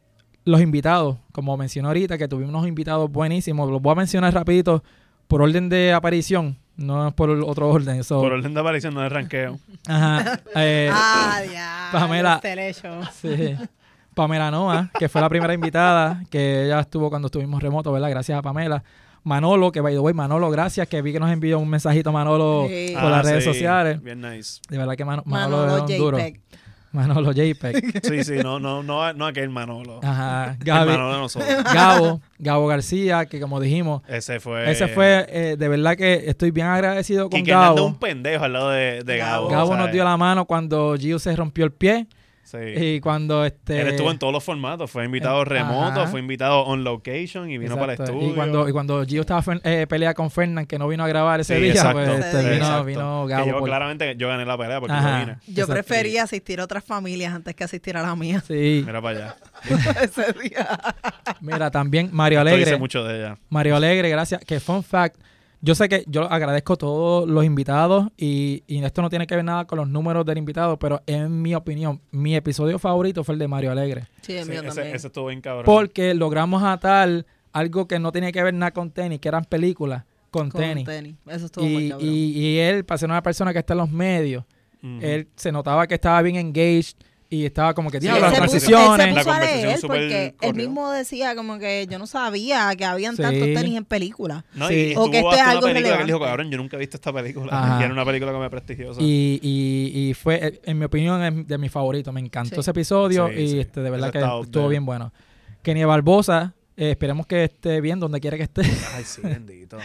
[SPEAKER 1] los invitados, como mencioné ahorita, que tuvimos unos invitados buenísimos, los voy a mencionar rapidito por orden de aparición, no es por otro orden. so-
[SPEAKER 2] Por orden de aparición no es ranqueo.
[SPEAKER 3] (laughs)
[SPEAKER 1] Ajá, eh, (laughs)
[SPEAKER 3] Ah, este ya.
[SPEAKER 1] Pamela.
[SPEAKER 3] Celebration.
[SPEAKER 1] sí. Pamela Noa, que fue la primera invitada, que ella estuvo cuando estuvimos remoto, ¿verdad? Gracias a Pamela. Manolo, que by the way, Manolo, gracias, que vi que nos envió un mensajito Manolo
[SPEAKER 3] Sí.
[SPEAKER 1] por las
[SPEAKER 2] Ah,
[SPEAKER 1] redes
[SPEAKER 2] sí,
[SPEAKER 1] sociales.
[SPEAKER 2] Bien nice.
[SPEAKER 1] De verdad que Mano- Manolo,
[SPEAKER 3] Manolo E
[SPEAKER 1] es un duro.
[SPEAKER 3] JPEG.
[SPEAKER 1] Manolo
[SPEAKER 3] (laughs)
[SPEAKER 1] JPEG.
[SPEAKER 2] Sí, sí, no, no, no, no aquel (laughs) Manolo.
[SPEAKER 1] Ajá.
[SPEAKER 2] El
[SPEAKER 1] Gaby-
[SPEAKER 2] Manolo de
[SPEAKER 3] (laughs)
[SPEAKER 2] nosotros.
[SPEAKER 1] Gabo, Gabo García, que como dijimos,
[SPEAKER 2] Ese fue.
[SPEAKER 1] Ese fue, eh, de verdad que estoy bien agradecido con
[SPEAKER 2] Quique Hernández,
[SPEAKER 1] Gabo.
[SPEAKER 2] un pendejo al lado de, de Gabo.
[SPEAKER 1] Gabo
[SPEAKER 2] ¿sabes?
[SPEAKER 1] nos dio la mano cuando Gio se rompió el pie.
[SPEAKER 2] eh. Sí.
[SPEAKER 1] Y cuando este.
[SPEAKER 2] Él estuvo en todos los formatos. Fue invitado
[SPEAKER 1] Eh,
[SPEAKER 2] remoto,
[SPEAKER 1] ajá.
[SPEAKER 2] fue invitado on location y vino para el
[SPEAKER 1] Exacto.
[SPEAKER 2] estudio.
[SPEAKER 1] Y cuando, y cuando Gio estaba fe- eh, pelea con Fernan, que no vino a grabar ese
[SPEAKER 2] Sí,
[SPEAKER 1] día,
[SPEAKER 2] exacto,
[SPEAKER 1] pues este,
[SPEAKER 3] sí,
[SPEAKER 1] vino,
[SPEAKER 2] exacto.
[SPEAKER 1] vino
[SPEAKER 2] Que
[SPEAKER 1] Gabo.
[SPEAKER 2] yo,
[SPEAKER 1] por-
[SPEAKER 2] claramente, yo gané la pelea porque
[SPEAKER 1] Ajá.
[SPEAKER 2] yo vine.
[SPEAKER 3] Yo
[SPEAKER 1] Exacto.
[SPEAKER 3] prefería asistir a otras familias antes que asistir a la mía
[SPEAKER 1] Sí,
[SPEAKER 2] Mira para allá.
[SPEAKER 3] (laughs) ese día.
[SPEAKER 1] mira, también Mario
[SPEAKER 2] Esto dice
[SPEAKER 1] Alegre.
[SPEAKER 2] mucho de ella.
[SPEAKER 1] Mario Alegre, gracias. Que fun fact, yo sé que yo agradezco a todos los invitados y, y esto no tiene que ver nada con los números del invitado, pero en mi opinión, mi episodio favorito fue el de Mario Alegre.
[SPEAKER 3] Sí, el
[SPEAKER 2] Sí,
[SPEAKER 3] mío
[SPEAKER 2] ese,
[SPEAKER 3] también.
[SPEAKER 2] ese estuvo bien cabrón.
[SPEAKER 1] Porque logramos atar algo que no tenía que ver nada con tenis, que eran películas con,
[SPEAKER 3] Con
[SPEAKER 1] tenis.
[SPEAKER 3] Eso estuvo muy
[SPEAKER 1] Y,
[SPEAKER 3] cabrón.
[SPEAKER 1] y, y él, para ser una persona que está en los medios,
[SPEAKER 2] Ujú.
[SPEAKER 1] él se notaba que estaba bien engaged y estaba como que
[SPEAKER 2] Sí,
[SPEAKER 1] "Diablo,
[SPEAKER 2] él
[SPEAKER 1] las
[SPEAKER 2] se puso-
[SPEAKER 1] transiciones.
[SPEAKER 2] él se
[SPEAKER 3] la
[SPEAKER 2] La
[SPEAKER 3] conversación
[SPEAKER 2] conversación
[SPEAKER 3] él
[SPEAKER 2] súper
[SPEAKER 3] porque él
[SPEAKER 2] corrió.
[SPEAKER 3] mismo decía como que yo no sabía que habían
[SPEAKER 1] Sí.
[SPEAKER 3] tantos tenis en películas.
[SPEAKER 2] No,
[SPEAKER 1] Sí.
[SPEAKER 2] y, y
[SPEAKER 3] O
[SPEAKER 2] tuvo
[SPEAKER 3] que esto
[SPEAKER 2] hasta
[SPEAKER 3] es
[SPEAKER 2] una
[SPEAKER 3] algo
[SPEAKER 2] película que él dijo,
[SPEAKER 3] relevante.
[SPEAKER 2] cabrón, yo nunca he visto esta película.
[SPEAKER 1] Ajá.
[SPEAKER 2] Y era una película que me prestigiosa.
[SPEAKER 1] Y, y, y fue, eh, en mi opinión, es de mis favoritos. Me encantó
[SPEAKER 3] Sí.
[SPEAKER 1] ese episodio
[SPEAKER 2] Sí,
[SPEAKER 1] y
[SPEAKER 2] sí.
[SPEAKER 1] este, de verdad
[SPEAKER 2] Ese
[SPEAKER 1] que
[SPEAKER 2] está up
[SPEAKER 1] estuvo
[SPEAKER 2] there.
[SPEAKER 1] bien bueno. Kenia Barbosa, eh, esperemos que esté bien donde quiera que esté. (laughs)
[SPEAKER 2] Ay, sí, bendito.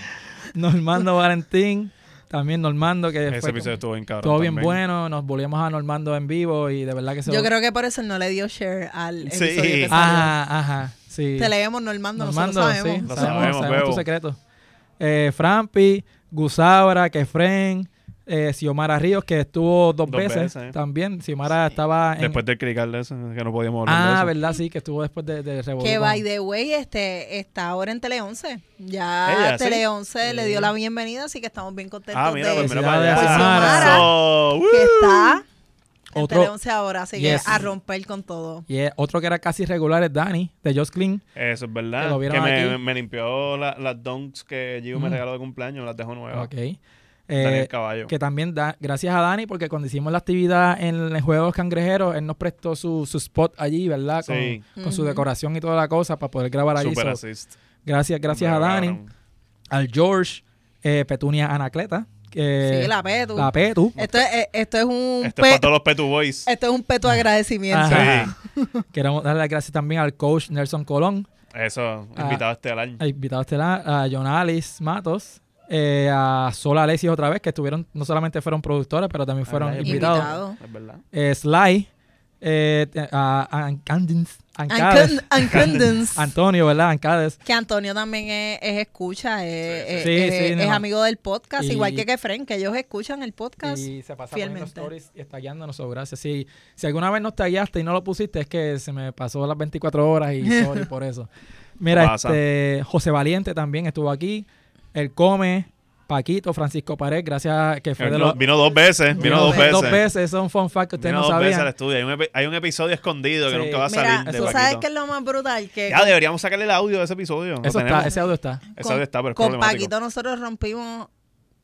[SPEAKER 1] Normando Valentín, también Normando, que
[SPEAKER 2] Ese
[SPEAKER 1] fue
[SPEAKER 2] episodio estuvo bien cabrón.
[SPEAKER 1] todo bien
[SPEAKER 2] también.
[SPEAKER 1] bueno. Nos volvimos a Normando en vivo y de verdad que se
[SPEAKER 3] Yo
[SPEAKER 1] lo-
[SPEAKER 3] creo que por eso él no le dio share al
[SPEAKER 2] Sí.
[SPEAKER 3] episodio que salió.
[SPEAKER 1] Ajá, ajá. Ah, Sí.
[SPEAKER 3] Te leemos Normando,
[SPEAKER 1] Normando,
[SPEAKER 3] nosotros
[SPEAKER 1] sí.
[SPEAKER 3] sabemos.
[SPEAKER 2] Lo sabemos,
[SPEAKER 1] tu
[SPEAKER 2] huevo.
[SPEAKER 1] secreto. Eh, Frampi, Gusabra, Kefren, eh, Xiomara Ríos, que estuvo dos,
[SPEAKER 2] Dos
[SPEAKER 1] veces,
[SPEAKER 2] veces. eh.
[SPEAKER 1] también. Xiomara estaba en...
[SPEAKER 2] Después del crical de eso, que no podíamos hablar
[SPEAKER 1] ah,
[SPEAKER 2] de eso.
[SPEAKER 1] verdad, sí, que estuvo después de, de Revolución.
[SPEAKER 3] Que by the way, este, está ahora en Tele 11. Ya
[SPEAKER 2] Ella,
[SPEAKER 3] Tele
[SPEAKER 2] ¿sí?
[SPEAKER 3] 11 le dio la bienvenida, así que estamos bien contentos
[SPEAKER 2] Ah, mira,
[SPEAKER 3] de
[SPEAKER 2] pues mira
[SPEAKER 1] Felicidades,
[SPEAKER 2] para allá.
[SPEAKER 1] Xiomara.
[SPEAKER 2] Eso,
[SPEAKER 3] que está en
[SPEAKER 1] Otro-
[SPEAKER 3] Tele 11 ahora, así que
[SPEAKER 1] Yes.
[SPEAKER 3] a romper con todo.
[SPEAKER 1] Y eh, otro que era casi regular es Dani, de Just Clean.
[SPEAKER 2] Eso es verdad.
[SPEAKER 1] Que
[SPEAKER 2] Que,
[SPEAKER 1] lo vieron
[SPEAKER 2] me,
[SPEAKER 1] aquí.
[SPEAKER 2] me- me limpió la- las donks que Gio me
[SPEAKER 1] Mm.
[SPEAKER 2] regaló de cumpleaños, las dejó nuevas.
[SPEAKER 1] Ok. Eh,
[SPEAKER 2] Daniel Caballo.
[SPEAKER 1] que también da, gracias a Dani, porque cuando hicimos la actividad en el juego de los cangrejeros, él nos prestó su, su spot allí, ¿verdad? Con,
[SPEAKER 2] Sí.
[SPEAKER 1] con su
[SPEAKER 3] Ujú.
[SPEAKER 1] decoración y toda la cosa para poder grabar allí.
[SPEAKER 2] Super
[SPEAKER 1] So,
[SPEAKER 2] assist.
[SPEAKER 1] gracias, gracias a
[SPEAKER 2] Pero,
[SPEAKER 1] Dani.
[SPEAKER 2] cabrón.
[SPEAKER 1] al George, eh, Petunia Anacleta, que-
[SPEAKER 3] sí, la Petu.
[SPEAKER 1] Eh, la Petu,
[SPEAKER 3] Esto, es, (laughs) eh, esto es un
[SPEAKER 2] Esto es
[SPEAKER 3] pe- Este-
[SPEAKER 2] para todos los Petu Boys.
[SPEAKER 3] esto es un peto agradecimiento.
[SPEAKER 1] Ajá.
[SPEAKER 2] Sí.
[SPEAKER 1] queremos darle las gracias también al coach Nelson Colón,
[SPEAKER 2] Eso,
[SPEAKER 1] Ah.
[SPEAKER 2] invitado este al año.
[SPEAKER 1] a invitado estelar, a Jonalis Matos, eh, a Sol Alexis otra vez, que estuvieron, no solamente fueron productores, pero también fueron
[SPEAKER 2] Ay,
[SPEAKER 1] invitados.
[SPEAKER 3] Invitado.
[SPEAKER 2] Es verdad.
[SPEAKER 1] Eh, Sly, eh, te- a, a Ancandins- Ancades,
[SPEAKER 3] Ancund- Ancundance.
[SPEAKER 1] Antonio, ¿verdad? Ancades.
[SPEAKER 3] que Antonio también es, es escucha, es, es-
[SPEAKER 1] Sí, sí,
[SPEAKER 3] es-
[SPEAKER 1] sí,
[SPEAKER 3] es
[SPEAKER 1] no.
[SPEAKER 3] amigo del podcast,
[SPEAKER 1] Y-
[SPEAKER 3] igual que Kefren, que ellos escuchan el podcast.
[SPEAKER 1] Y se pasa poniendo
[SPEAKER 3] fielmente.
[SPEAKER 1] stories y está guiándonos. so, gracias. Si, si alguna vez nos tagueaste y no lo pusiste, es que se me pasó las 24 horas y
[SPEAKER 3] (laughs)
[SPEAKER 1] sorry por eso. Mira,
[SPEAKER 2] Pasa.
[SPEAKER 1] este, José Valiente también estuvo aquí. El Come, Paquito, Francisco Pared, gracias a- que fue
[SPEAKER 2] Él
[SPEAKER 1] de
[SPEAKER 2] no-
[SPEAKER 1] los.
[SPEAKER 2] vino dos veces, vino dos veces.
[SPEAKER 1] Dos veces, eso es un fun fact que ustedes
[SPEAKER 2] Vino
[SPEAKER 1] no
[SPEAKER 2] dos veces
[SPEAKER 1] sabían.
[SPEAKER 2] al estudio. Hay un, epi- hay un episodio escondido que
[SPEAKER 1] Sí.
[SPEAKER 2] nunca va a
[SPEAKER 3] Mira,
[SPEAKER 2] salir. de
[SPEAKER 3] tú sabes
[SPEAKER 2] Paquito.
[SPEAKER 3] que es lo más brutal que
[SPEAKER 2] Ya deberíamos sacarle el audio de ese episodio. Lo
[SPEAKER 1] Eso está,
[SPEAKER 2] tenemos.
[SPEAKER 1] ese audio está.
[SPEAKER 2] Ese audio está, pero es
[SPEAKER 3] con
[SPEAKER 2] problemático.
[SPEAKER 3] Paquito nosotros rompimos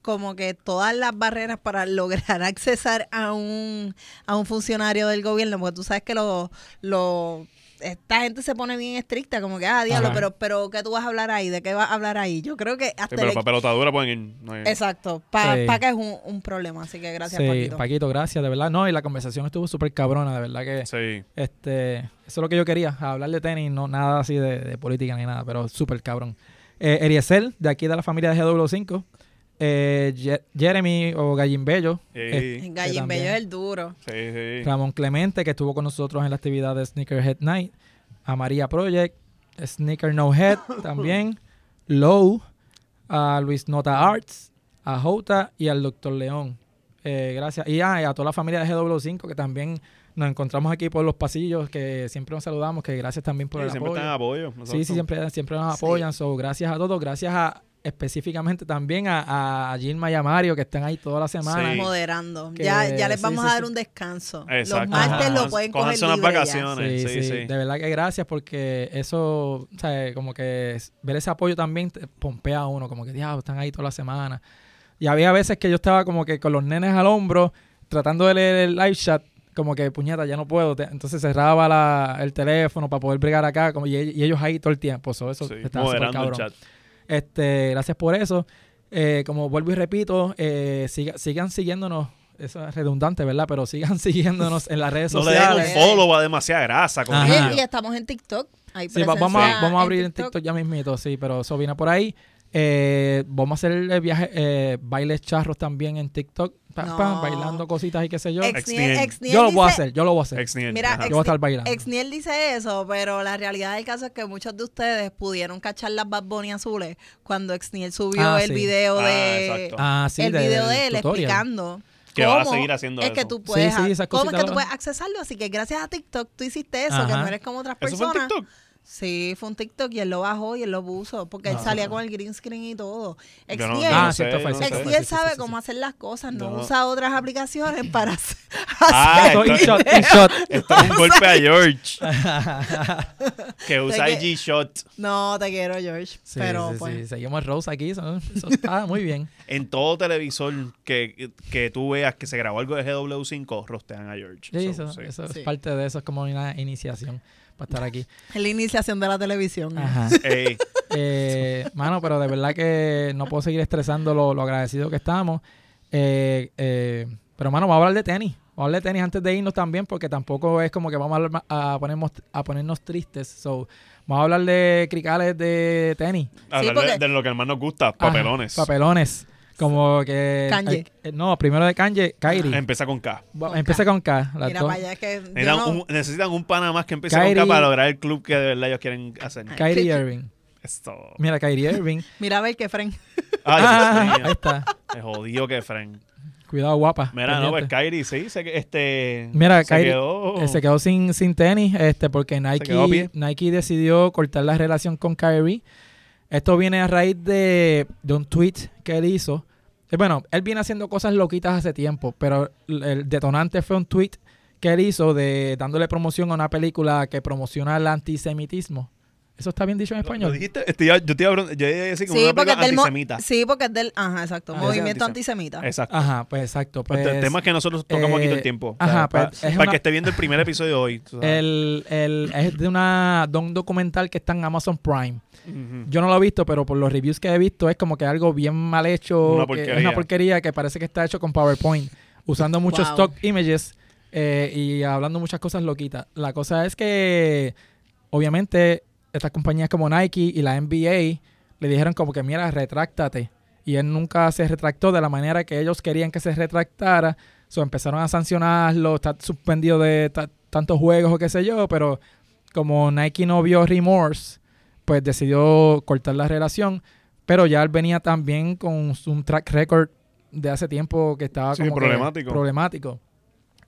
[SPEAKER 3] como que todas las barreras para lograr (laughs) accesar a un, a un funcionario del gobierno, porque tú sabes que lo, lo- esta gente se pone bien estricta, como que, ah, diablo,
[SPEAKER 1] Ajá.
[SPEAKER 3] pero, pero ¿qué tú vas a hablar ahí? ¿De qué vas a hablar ahí? Yo creo que
[SPEAKER 2] Sí,
[SPEAKER 3] hasta...
[SPEAKER 2] pero
[SPEAKER 3] el-
[SPEAKER 2] para pelotadura pueden ir. no hay-
[SPEAKER 3] Exacto, para
[SPEAKER 1] Sí.
[SPEAKER 3] que es un, un problema, así que gracias,
[SPEAKER 1] Sí,
[SPEAKER 3] Paquito.
[SPEAKER 1] gracias, de verdad. No, y la conversación estuvo súper cabrona, de verdad que.
[SPEAKER 2] Sí.
[SPEAKER 1] Este, eso es lo que yo quería, hablar de tenis, no nada así de, de política ni nada, pero súper cabrón. Eh, Eliezer, de aquí de la familia de GW5. Eh, Ye- Jeremy o Gallimbello.
[SPEAKER 2] Sí.
[SPEAKER 1] eh, que
[SPEAKER 3] Gallín
[SPEAKER 1] también-
[SPEAKER 3] Bello es el duro.
[SPEAKER 2] Sí, sí.
[SPEAKER 1] Ramón Clemente, que estuvo con nosotros en la actividad de Sneakerhead Night. A María Project. Sneaker No
[SPEAKER 2] (laughs)
[SPEAKER 1] Head también. Low. A Luis Nota Arts. A Jota y al Doctor León. Eh, gracias. Y, ah, y a toda la familia de GW5 que también nos encontramos aquí por los pasillos, que siempre nos saludamos, que gracias también por
[SPEAKER 2] Sí,
[SPEAKER 1] el
[SPEAKER 2] siempre
[SPEAKER 1] apoyo.
[SPEAKER 2] están en apoyo. exacto.
[SPEAKER 1] Sí, sí, siempre, siempre nos
[SPEAKER 3] Sí.
[SPEAKER 1] apoyan. So, gracias a todos. Gracias a específicamente también a, a Gilma y a Mario que están ahí toda la semana.
[SPEAKER 2] Sí.
[SPEAKER 3] Moderando.
[SPEAKER 1] Que-
[SPEAKER 3] ya, ya les
[SPEAKER 1] sí,
[SPEAKER 3] vamos
[SPEAKER 1] sí,
[SPEAKER 3] a dar
[SPEAKER 1] sí.
[SPEAKER 3] un descanso.
[SPEAKER 2] Exacto.
[SPEAKER 3] Los martes
[SPEAKER 1] Ajá.
[SPEAKER 3] lo pueden coger
[SPEAKER 2] Cójanse unas
[SPEAKER 3] libre ya.
[SPEAKER 2] vacaciones.
[SPEAKER 1] Sí,
[SPEAKER 2] Sí,
[SPEAKER 1] sí,
[SPEAKER 2] sí.
[SPEAKER 1] De verdad que gracias porque eso, o sea, como que es- ver ese apoyo también te pompea a uno, como que diablo, están ahí toda la semana. Y había veces que yo estaba como que con los nenes al hombro, tratando de leer el live chat, como que puñeta, ya no puedo. te- Entonces cerraba la- el teléfono para poder bregar acá, como, y, e- y ellos ahí todo el tiempo. So, eso
[SPEAKER 2] Sí,
[SPEAKER 1] estaba súper
[SPEAKER 2] Moderando el
[SPEAKER 1] cabrón.
[SPEAKER 2] chat.
[SPEAKER 1] Este, gracias por eso. Eh, como vuelvo y repito, eh, siga- sigan siguiéndonos. Eso es redundante, ¿verdad? Pero sigan (laughs) siguiéndonos en las redes
[SPEAKER 2] No le den un
[SPEAKER 1] sociales.
[SPEAKER 3] sociales.
[SPEAKER 2] follow a demasiada grasa. con
[SPEAKER 1] Ajá.
[SPEAKER 2] ellos.
[SPEAKER 3] Y, y estamos en TikTok. Hay
[SPEAKER 1] Sí, va- vamos, a,
[SPEAKER 3] presencia
[SPEAKER 1] vamos a abrir en TikTok
[SPEAKER 3] TikTok.
[SPEAKER 1] ya mismito, sí, pero eso viene por ahí. Eh, vamos a hacer el viaje, eh, bailes charros también en TikTok, pa,
[SPEAKER 3] No.
[SPEAKER 1] pa, bailando cositas y qué sé yo.
[SPEAKER 2] Ex-
[SPEAKER 3] Exniel-
[SPEAKER 2] Exniel.
[SPEAKER 3] Exniel
[SPEAKER 1] yo lo voy a
[SPEAKER 3] dice-
[SPEAKER 1] hacer, yo lo voy a hacer.
[SPEAKER 2] Ex Niel.
[SPEAKER 3] Mira,
[SPEAKER 2] Ajá.
[SPEAKER 1] Yo voy a estar bailando.
[SPEAKER 3] Exniel dice eso, pero la realidad del caso es que muchos de ustedes pudieron cachar las Bad Bunny azules cuando Exniel subió
[SPEAKER 1] Ah,
[SPEAKER 3] el
[SPEAKER 1] sí.
[SPEAKER 3] video
[SPEAKER 2] Ah,
[SPEAKER 3] de
[SPEAKER 2] exacto.
[SPEAKER 1] ah, sí,
[SPEAKER 3] el
[SPEAKER 1] de-
[SPEAKER 3] video
[SPEAKER 1] del
[SPEAKER 3] de él
[SPEAKER 1] tutorial.
[SPEAKER 3] explicando
[SPEAKER 2] Que va a
[SPEAKER 3] cómo
[SPEAKER 2] seguir haciendo
[SPEAKER 3] es que
[SPEAKER 2] eso.
[SPEAKER 3] tú
[SPEAKER 2] Sí,
[SPEAKER 3] puedes,
[SPEAKER 1] sí, esas
[SPEAKER 3] cómo es que
[SPEAKER 1] cositas
[SPEAKER 3] tú
[SPEAKER 1] lo-
[SPEAKER 3] puedes accesarlo, así que gracias a TikTok tú hiciste eso, que
[SPEAKER 1] Ajá.
[SPEAKER 3] no eres como otras
[SPEAKER 2] ¿Eso fue en
[SPEAKER 3] personas. (laughs)
[SPEAKER 2] TikTok?
[SPEAKER 3] Sí, fue un TikTok y él lo bajó y él lo puso, porque él
[SPEAKER 1] Ah.
[SPEAKER 3] salía con el green screen y todo.
[SPEAKER 2] Yo no- yo
[SPEAKER 3] Exniel,
[SPEAKER 2] no
[SPEAKER 1] Ah,
[SPEAKER 2] sé,
[SPEAKER 1] cierto, fue,
[SPEAKER 2] no
[SPEAKER 1] sí,
[SPEAKER 2] sé.
[SPEAKER 1] fue,
[SPEAKER 3] Exniel
[SPEAKER 1] sí, sí,
[SPEAKER 3] sabe
[SPEAKER 1] sí, sí,
[SPEAKER 3] cómo hacer las cosas, no,
[SPEAKER 2] Yo no-
[SPEAKER 3] usa otras aplicaciones
[SPEAKER 1] (laughs)
[SPEAKER 3] para hacer
[SPEAKER 2] Ah,
[SPEAKER 1] Esto,
[SPEAKER 2] esto-
[SPEAKER 1] y shot,
[SPEAKER 3] (laughs)
[SPEAKER 1] y shot.
[SPEAKER 2] Esto es un golpe a
[SPEAKER 1] (laughs)
[SPEAKER 2] George. que usa
[SPEAKER 3] que-
[SPEAKER 2] IG Shot
[SPEAKER 3] No, te quiero, George.
[SPEAKER 1] Sí,
[SPEAKER 3] pero
[SPEAKER 1] sí,
[SPEAKER 3] pues.
[SPEAKER 1] sí, seguimos Rose aquí, eso, eso está muy
[SPEAKER 3] (laughs)
[SPEAKER 1] bien.
[SPEAKER 2] en todo televisor que, que tú veas que se grabó algo de GW5, rostean a George.
[SPEAKER 1] Sí,
[SPEAKER 2] So,
[SPEAKER 1] eso,
[SPEAKER 2] sí.
[SPEAKER 1] eso es
[SPEAKER 3] Sí.
[SPEAKER 1] parte de eso, es como una iniciación para estar aquí.
[SPEAKER 3] Es la iniciación de la televisión.
[SPEAKER 1] Ajá.
[SPEAKER 2] Ey,
[SPEAKER 1] Eh, mano, pero de verdad que no puedo seguir estresando lo, lo agradecido que estamos. Eh, eh, pero, mano, vamos a hablar de tenis. Vamos a hablar de tenis antes de irnos también, porque tampoco es como que vamos a, hablar ma- a, ponernos, a ponernos tristes. So, vamos a hablar de cricales de tenis.
[SPEAKER 2] hablar
[SPEAKER 3] porque-
[SPEAKER 2] de, de lo que más nos gusta, papelones.
[SPEAKER 1] Ajá, papelones. Como que.
[SPEAKER 3] Kanye.
[SPEAKER 1] eh, no, primero de Kanye, Kyrie.
[SPEAKER 2] Empieza con K.
[SPEAKER 1] Va-
[SPEAKER 3] Con
[SPEAKER 1] Empieza con K. las
[SPEAKER 3] Mira,
[SPEAKER 1] dos.
[SPEAKER 3] para allá es que. yo
[SPEAKER 2] Necesitan,
[SPEAKER 3] no-
[SPEAKER 2] un, necesitan un pana más que empiece
[SPEAKER 1] Kyrie-
[SPEAKER 2] con K para lograr el club que de verdad ellos quieren hacer.
[SPEAKER 3] Ay.
[SPEAKER 1] Kyrie Irving.
[SPEAKER 2] Esto.
[SPEAKER 1] Mira, Kyrie Irving.
[SPEAKER 3] Mira a ver qué Fren.
[SPEAKER 2] Ay,
[SPEAKER 1] Ah,
[SPEAKER 2] Dios mío.
[SPEAKER 1] ahí está.
[SPEAKER 2] Me jodió que Frank.
[SPEAKER 1] Cuidado, guapa.
[SPEAKER 2] Mira, no, pues
[SPEAKER 1] pendiente.
[SPEAKER 2] Kyrie sí, se, que- este,
[SPEAKER 1] Mira,
[SPEAKER 2] se
[SPEAKER 1] Kyrie,
[SPEAKER 2] quedó.
[SPEAKER 1] Eh, se quedó sin, sin tenis este, porque
[SPEAKER 2] quedó
[SPEAKER 1] Nike,
[SPEAKER 2] pie.
[SPEAKER 1] Nike decidió cortar la relación con Kyrie. Esto viene a raíz de, de un tweet que él hizo. Eh, Bueno, él viene haciendo cosas loquitas hace tiempo, pero l- el detonante fue un tweet que él hizo de dándole promoción a una película que promociona el antisemitismo. ¿Eso está bien dicho en
[SPEAKER 2] ¿Lo- lo
[SPEAKER 1] español?
[SPEAKER 2] dijiste? Este, yo, yo te iba a preguntar- yo iba a decir como
[SPEAKER 3] Sí
[SPEAKER 2] una
[SPEAKER 3] porque, es
[SPEAKER 2] película
[SPEAKER 3] del mo-
[SPEAKER 2] antisemita.
[SPEAKER 3] sí, porque es del. Ajá, exacto.
[SPEAKER 1] Ah,
[SPEAKER 3] movimiento
[SPEAKER 2] es
[SPEAKER 3] antisemita.
[SPEAKER 2] Exacto.
[SPEAKER 1] Ajá, pues exacto.
[SPEAKER 2] Pues,
[SPEAKER 1] pues,
[SPEAKER 2] temas que nosotros tocamos aquí todo
[SPEAKER 1] eh,
[SPEAKER 2] el tiempo.
[SPEAKER 1] ajá,
[SPEAKER 2] O sea, pa-
[SPEAKER 1] pues, es
[SPEAKER 2] para
[SPEAKER 1] una-
[SPEAKER 2] que esté viendo el primer episodio hoy. tú sabes.
[SPEAKER 1] el, el- es de, una, de un documental que está en Amazon Prime.
[SPEAKER 2] Ujú.
[SPEAKER 1] Yo no lo he visto, pero por los reviews que he visto es como que algo bien mal hecho.
[SPEAKER 2] Una
[SPEAKER 1] que
[SPEAKER 2] porquería.
[SPEAKER 1] es una porquería que parece que está hecho con PowerPoint, usando muchos
[SPEAKER 3] Wow.
[SPEAKER 1] stock images eh, y hablando muchas cosas loquitas. La cosa es que, obviamente, estas compañías como Nike y la NBA le dijeron como que, mira, retráctate. Y él nunca se retractó de la manera que ellos querían que se retractara. So, empezaron a sancionarlo, está suspendido de ta- tantos juegos o qué sé yo, pero como Nike no vio remorse, pues decidió cortar la relación. Pero ya él venía también con un track record de hace tiempo que estaba
[SPEAKER 2] Sí,
[SPEAKER 1] como que
[SPEAKER 2] problemático.
[SPEAKER 1] problemático.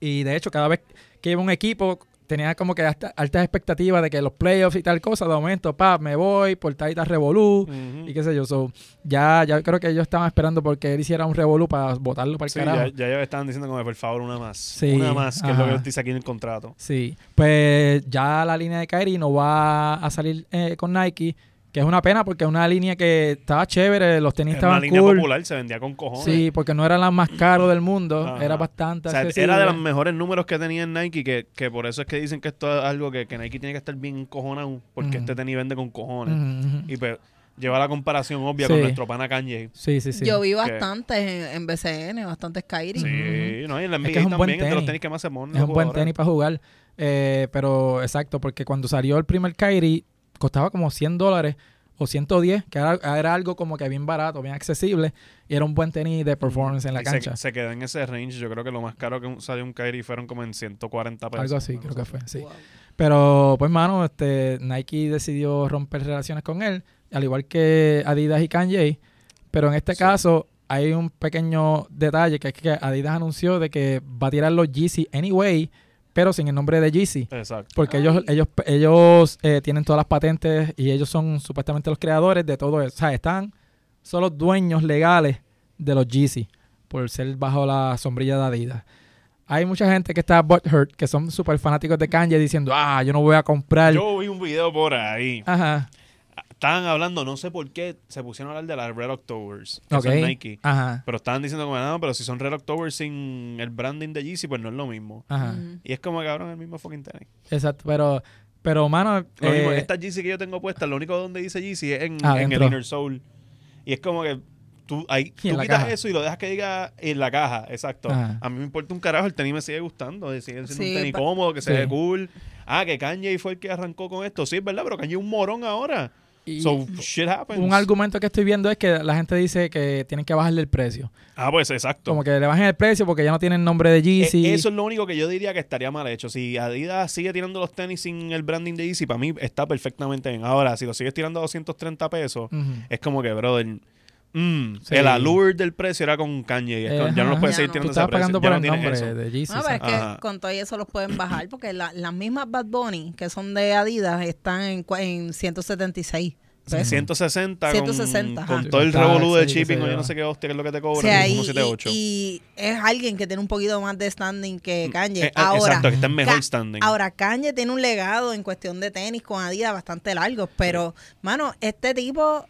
[SPEAKER 1] Y de hecho, cada vez que iba un equipo, tenía como que hasta- altas expectativas de que los playoffs y tal cosa, de momento, pa, me voy, por tal y tal revolú,
[SPEAKER 2] Ujú.
[SPEAKER 1] y qué sé yo. So, ya, ya creo que ellos estaban esperando porque él hiciera un revolú para botarlo para el
[SPEAKER 2] Sí,
[SPEAKER 1] carajo.
[SPEAKER 2] ya, ya ellos estaban diciendo como, por favor, una más.
[SPEAKER 1] Sí,
[SPEAKER 2] una más, que es lo
[SPEAKER 1] ajá.
[SPEAKER 2] que dice aquí en el contrato.
[SPEAKER 1] Sí, pues ya la línea de Kyrie no va a salir eh, con Nike, que es una pena porque es una línea que estaba chévere, los tenis
[SPEAKER 2] Es una
[SPEAKER 1] estaban
[SPEAKER 2] línea
[SPEAKER 1] cool.
[SPEAKER 2] popular, se vendía con cojones.
[SPEAKER 1] Sí, porque no era la más caro del mundo,
[SPEAKER 2] Ajá.
[SPEAKER 1] era bastante
[SPEAKER 2] O sea,
[SPEAKER 1] accesible.
[SPEAKER 2] era de los mejores números que tenía en Nike, que, que por eso es que dicen que esto es algo que, que Nike tiene que estar bien cojonado, porque
[SPEAKER 1] Ujú.
[SPEAKER 2] este tenis vende con cojones.
[SPEAKER 1] Ujú, ujú.
[SPEAKER 2] Y pues, lleva la comparación obvia
[SPEAKER 1] Sí.
[SPEAKER 2] con nuestro pana Kanye.
[SPEAKER 1] Sí, sí, sí.
[SPEAKER 3] Yo vi bastantes en, en BCN, bastantes Kyrie.
[SPEAKER 2] Sí,
[SPEAKER 1] Ujú.
[SPEAKER 2] no, y en la NBA
[SPEAKER 1] que es un buen
[SPEAKER 2] también, entre los
[SPEAKER 1] tenis.
[SPEAKER 2] tenis que más se ponen.
[SPEAKER 1] es
[SPEAKER 2] los
[SPEAKER 1] un buen
[SPEAKER 2] jugadores.
[SPEAKER 1] tenis para jugar. eh, pero exacto, porque cuando salió el primer Kyrie costaba como 100 dólares o 110, que era, era algo como que bien barato, bien accesible, y era un buen tenis de performance en la
[SPEAKER 2] Y se-
[SPEAKER 1] cancha.
[SPEAKER 2] Se, quedó en ese range. Yo creo que lo más caro que un- salió un Kyrie fueron como en 140 pesos.
[SPEAKER 1] Algo así,
[SPEAKER 2] una
[SPEAKER 1] creo
[SPEAKER 2] cosa
[SPEAKER 1] que fue, sí.
[SPEAKER 3] Wow.
[SPEAKER 1] Pero, pues, mano, este, Nike decidió romper relaciones con él, al igual que Adidas y Kanye. Pero en este
[SPEAKER 2] Sí.
[SPEAKER 1] caso hay un pequeño detalle, que es que Adidas anunció de que va a tirar los Yeezy anyway, pero sin el nombre de Yeezy.
[SPEAKER 2] Exacto.
[SPEAKER 1] Porque
[SPEAKER 3] Ay.
[SPEAKER 1] ellos, ellos, ellos eh, tienen todas las patentes y ellos son supuestamente los creadores de todo eso. O sea, están, son los dueños legales de los Yeezy por ser bajo la sombrilla de Adidas. Hay mucha gente que está butthurt, que son súper fanáticos de Kanye diciendo, ah, yo no voy a comprar.
[SPEAKER 2] Yo vi un video por ahí.
[SPEAKER 1] Ajá.
[SPEAKER 2] Estaban hablando, no sé por qué, se pusieron a hablar de las Red Octobers. Que
[SPEAKER 1] Ok.
[SPEAKER 2] son Nike.
[SPEAKER 1] Ajá.
[SPEAKER 2] Pero estaban diciendo como, "Ah, no, pero si son Red Octobers sin el branding de Yeezy, pues no es lo mismo.
[SPEAKER 1] Ajá.
[SPEAKER 3] Ujú.
[SPEAKER 2] Y es como, cabrón, el mismo fucking tenis.
[SPEAKER 1] Exacto. Pero, pero, mano,
[SPEAKER 2] Lo mismo,
[SPEAKER 1] eh,
[SPEAKER 2] esta Yeezy que yo tengo puesta, lo único donde dice Yeezy es en, en el
[SPEAKER 1] Adentro.
[SPEAKER 2] Inner Soul. Y es como que tú, ahí,
[SPEAKER 1] Y en
[SPEAKER 2] tú
[SPEAKER 1] la
[SPEAKER 2] quitas
[SPEAKER 1] caja.
[SPEAKER 2] eso y lo dejas que diga en la caja, exacto.
[SPEAKER 1] Ajá.
[SPEAKER 2] A mí me importa un carajo, el tenis me sigue gustando, eh, sigue siendo
[SPEAKER 3] Sí,
[SPEAKER 2] un tenis
[SPEAKER 3] pa-
[SPEAKER 2] cómodo, que se
[SPEAKER 1] Sí.
[SPEAKER 2] ve cool. Ah, que Kanye fue el que arrancó con esto. Sí, es verdad, pero Kanye es un morón ahora.
[SPEAKER 1] y
[SPEAKER 2] So, pues, shit happens.
[SPEAKER 1] un argumento que estoy viendo es que la gente dice que tienen que bajarle el precio.
[SPEAKER 2] Ah, pues exacto.
[SPEAKER 1] Como que le bajen el precio porque ya no tienen nombre de
[SPEAKER 2] E-
[SPEAKER 1] Yeezy.
[SPEAKER 2] Eso es lo único que yo diría que estaría mal hecho. Si Adidas sigue tirando los tenis sin el branding de Yeezy, para mí está perfectamente bien. Ahora, si lo sigues tirando a 230 pesos,
[SPEAKER 1] Ujú.
[SPEAKER 2] es como que, brother, mm,
[SPEAKER 1] Sí.
[SPEAKER 2] el allure del precio era con Kanye. y es
[SPEAKER 1] Eh,
[SPEAKER 2] como, ya no
[SPEAKER 1] ajá.
[SPEAKER 2] los puedes
[SPEAKER 3] Ya
[SPEAKER 2] seguir
[SPEAKER 3] no.
[SPEAKER 1] Tú
[SPEAKER 2] tirando
[SPEAKER 1] estabas
[SPEAKER 2] ese precio.
[SPEAKER 1] pagando
[SPEAKER 2] ya
[SPEAKER 1] por
[SPEAKER 2] no
[SPEAKER 1] el
[SPEAKER 2] tienes
[SPEAKER 1] nombre
[SPEAKER 2] eso.
[SPEAKER 1] de Yeezy.
[SPEAKER 3] No, Ah, pero es
[SPEAKER 1] exacto.
[SPEAKER 3] que
[SPEAKER 2] Ajá.
[SPEAKER 3] con todo y eso los pueden bajar porque la- las mismas Bad Bunny que son de Adidas están en, cua- en 176 pesos.
[SPEAKER 2] 160, con-
[SPEAKER 3] 160,
[SPEAKER 2] con,
[SPEAKER 3] ajá.
[SPEAKER 2] todo el
[SPEAKER 1] Sí,
[SPEAKER 2] revolú de
[SPEAKER 1] sí,
[SPEAKER 2] shipping
[SPEAKER 1] sí,
[SPEAKER 2] o yo no
[SPEAKER 1] sí.
[SPEAKER 2] sé qué hostia que es lo que te
[SPEAKER 3] O
[SPEAKER 2] cobran,
[SPEAKER 3] sea, y,
[SPEAKER 2] como 7, 8.
[SPEAKER 3] y- y es alguien que tiene un poquito más de standing que Kanye.
[SPEAKER 2] Eh, ah,
[SPEAKER 3] ahora,
[SPEAKER 2] exacto, que está en mejor
[SPEAKER 3] Ka-
[SPEAKER 2] standing.
[SPEAKER 3] ahora, Kanye tiene un legado en cuestión de tenis con Adidas bastante largo, pero, mano, este tipo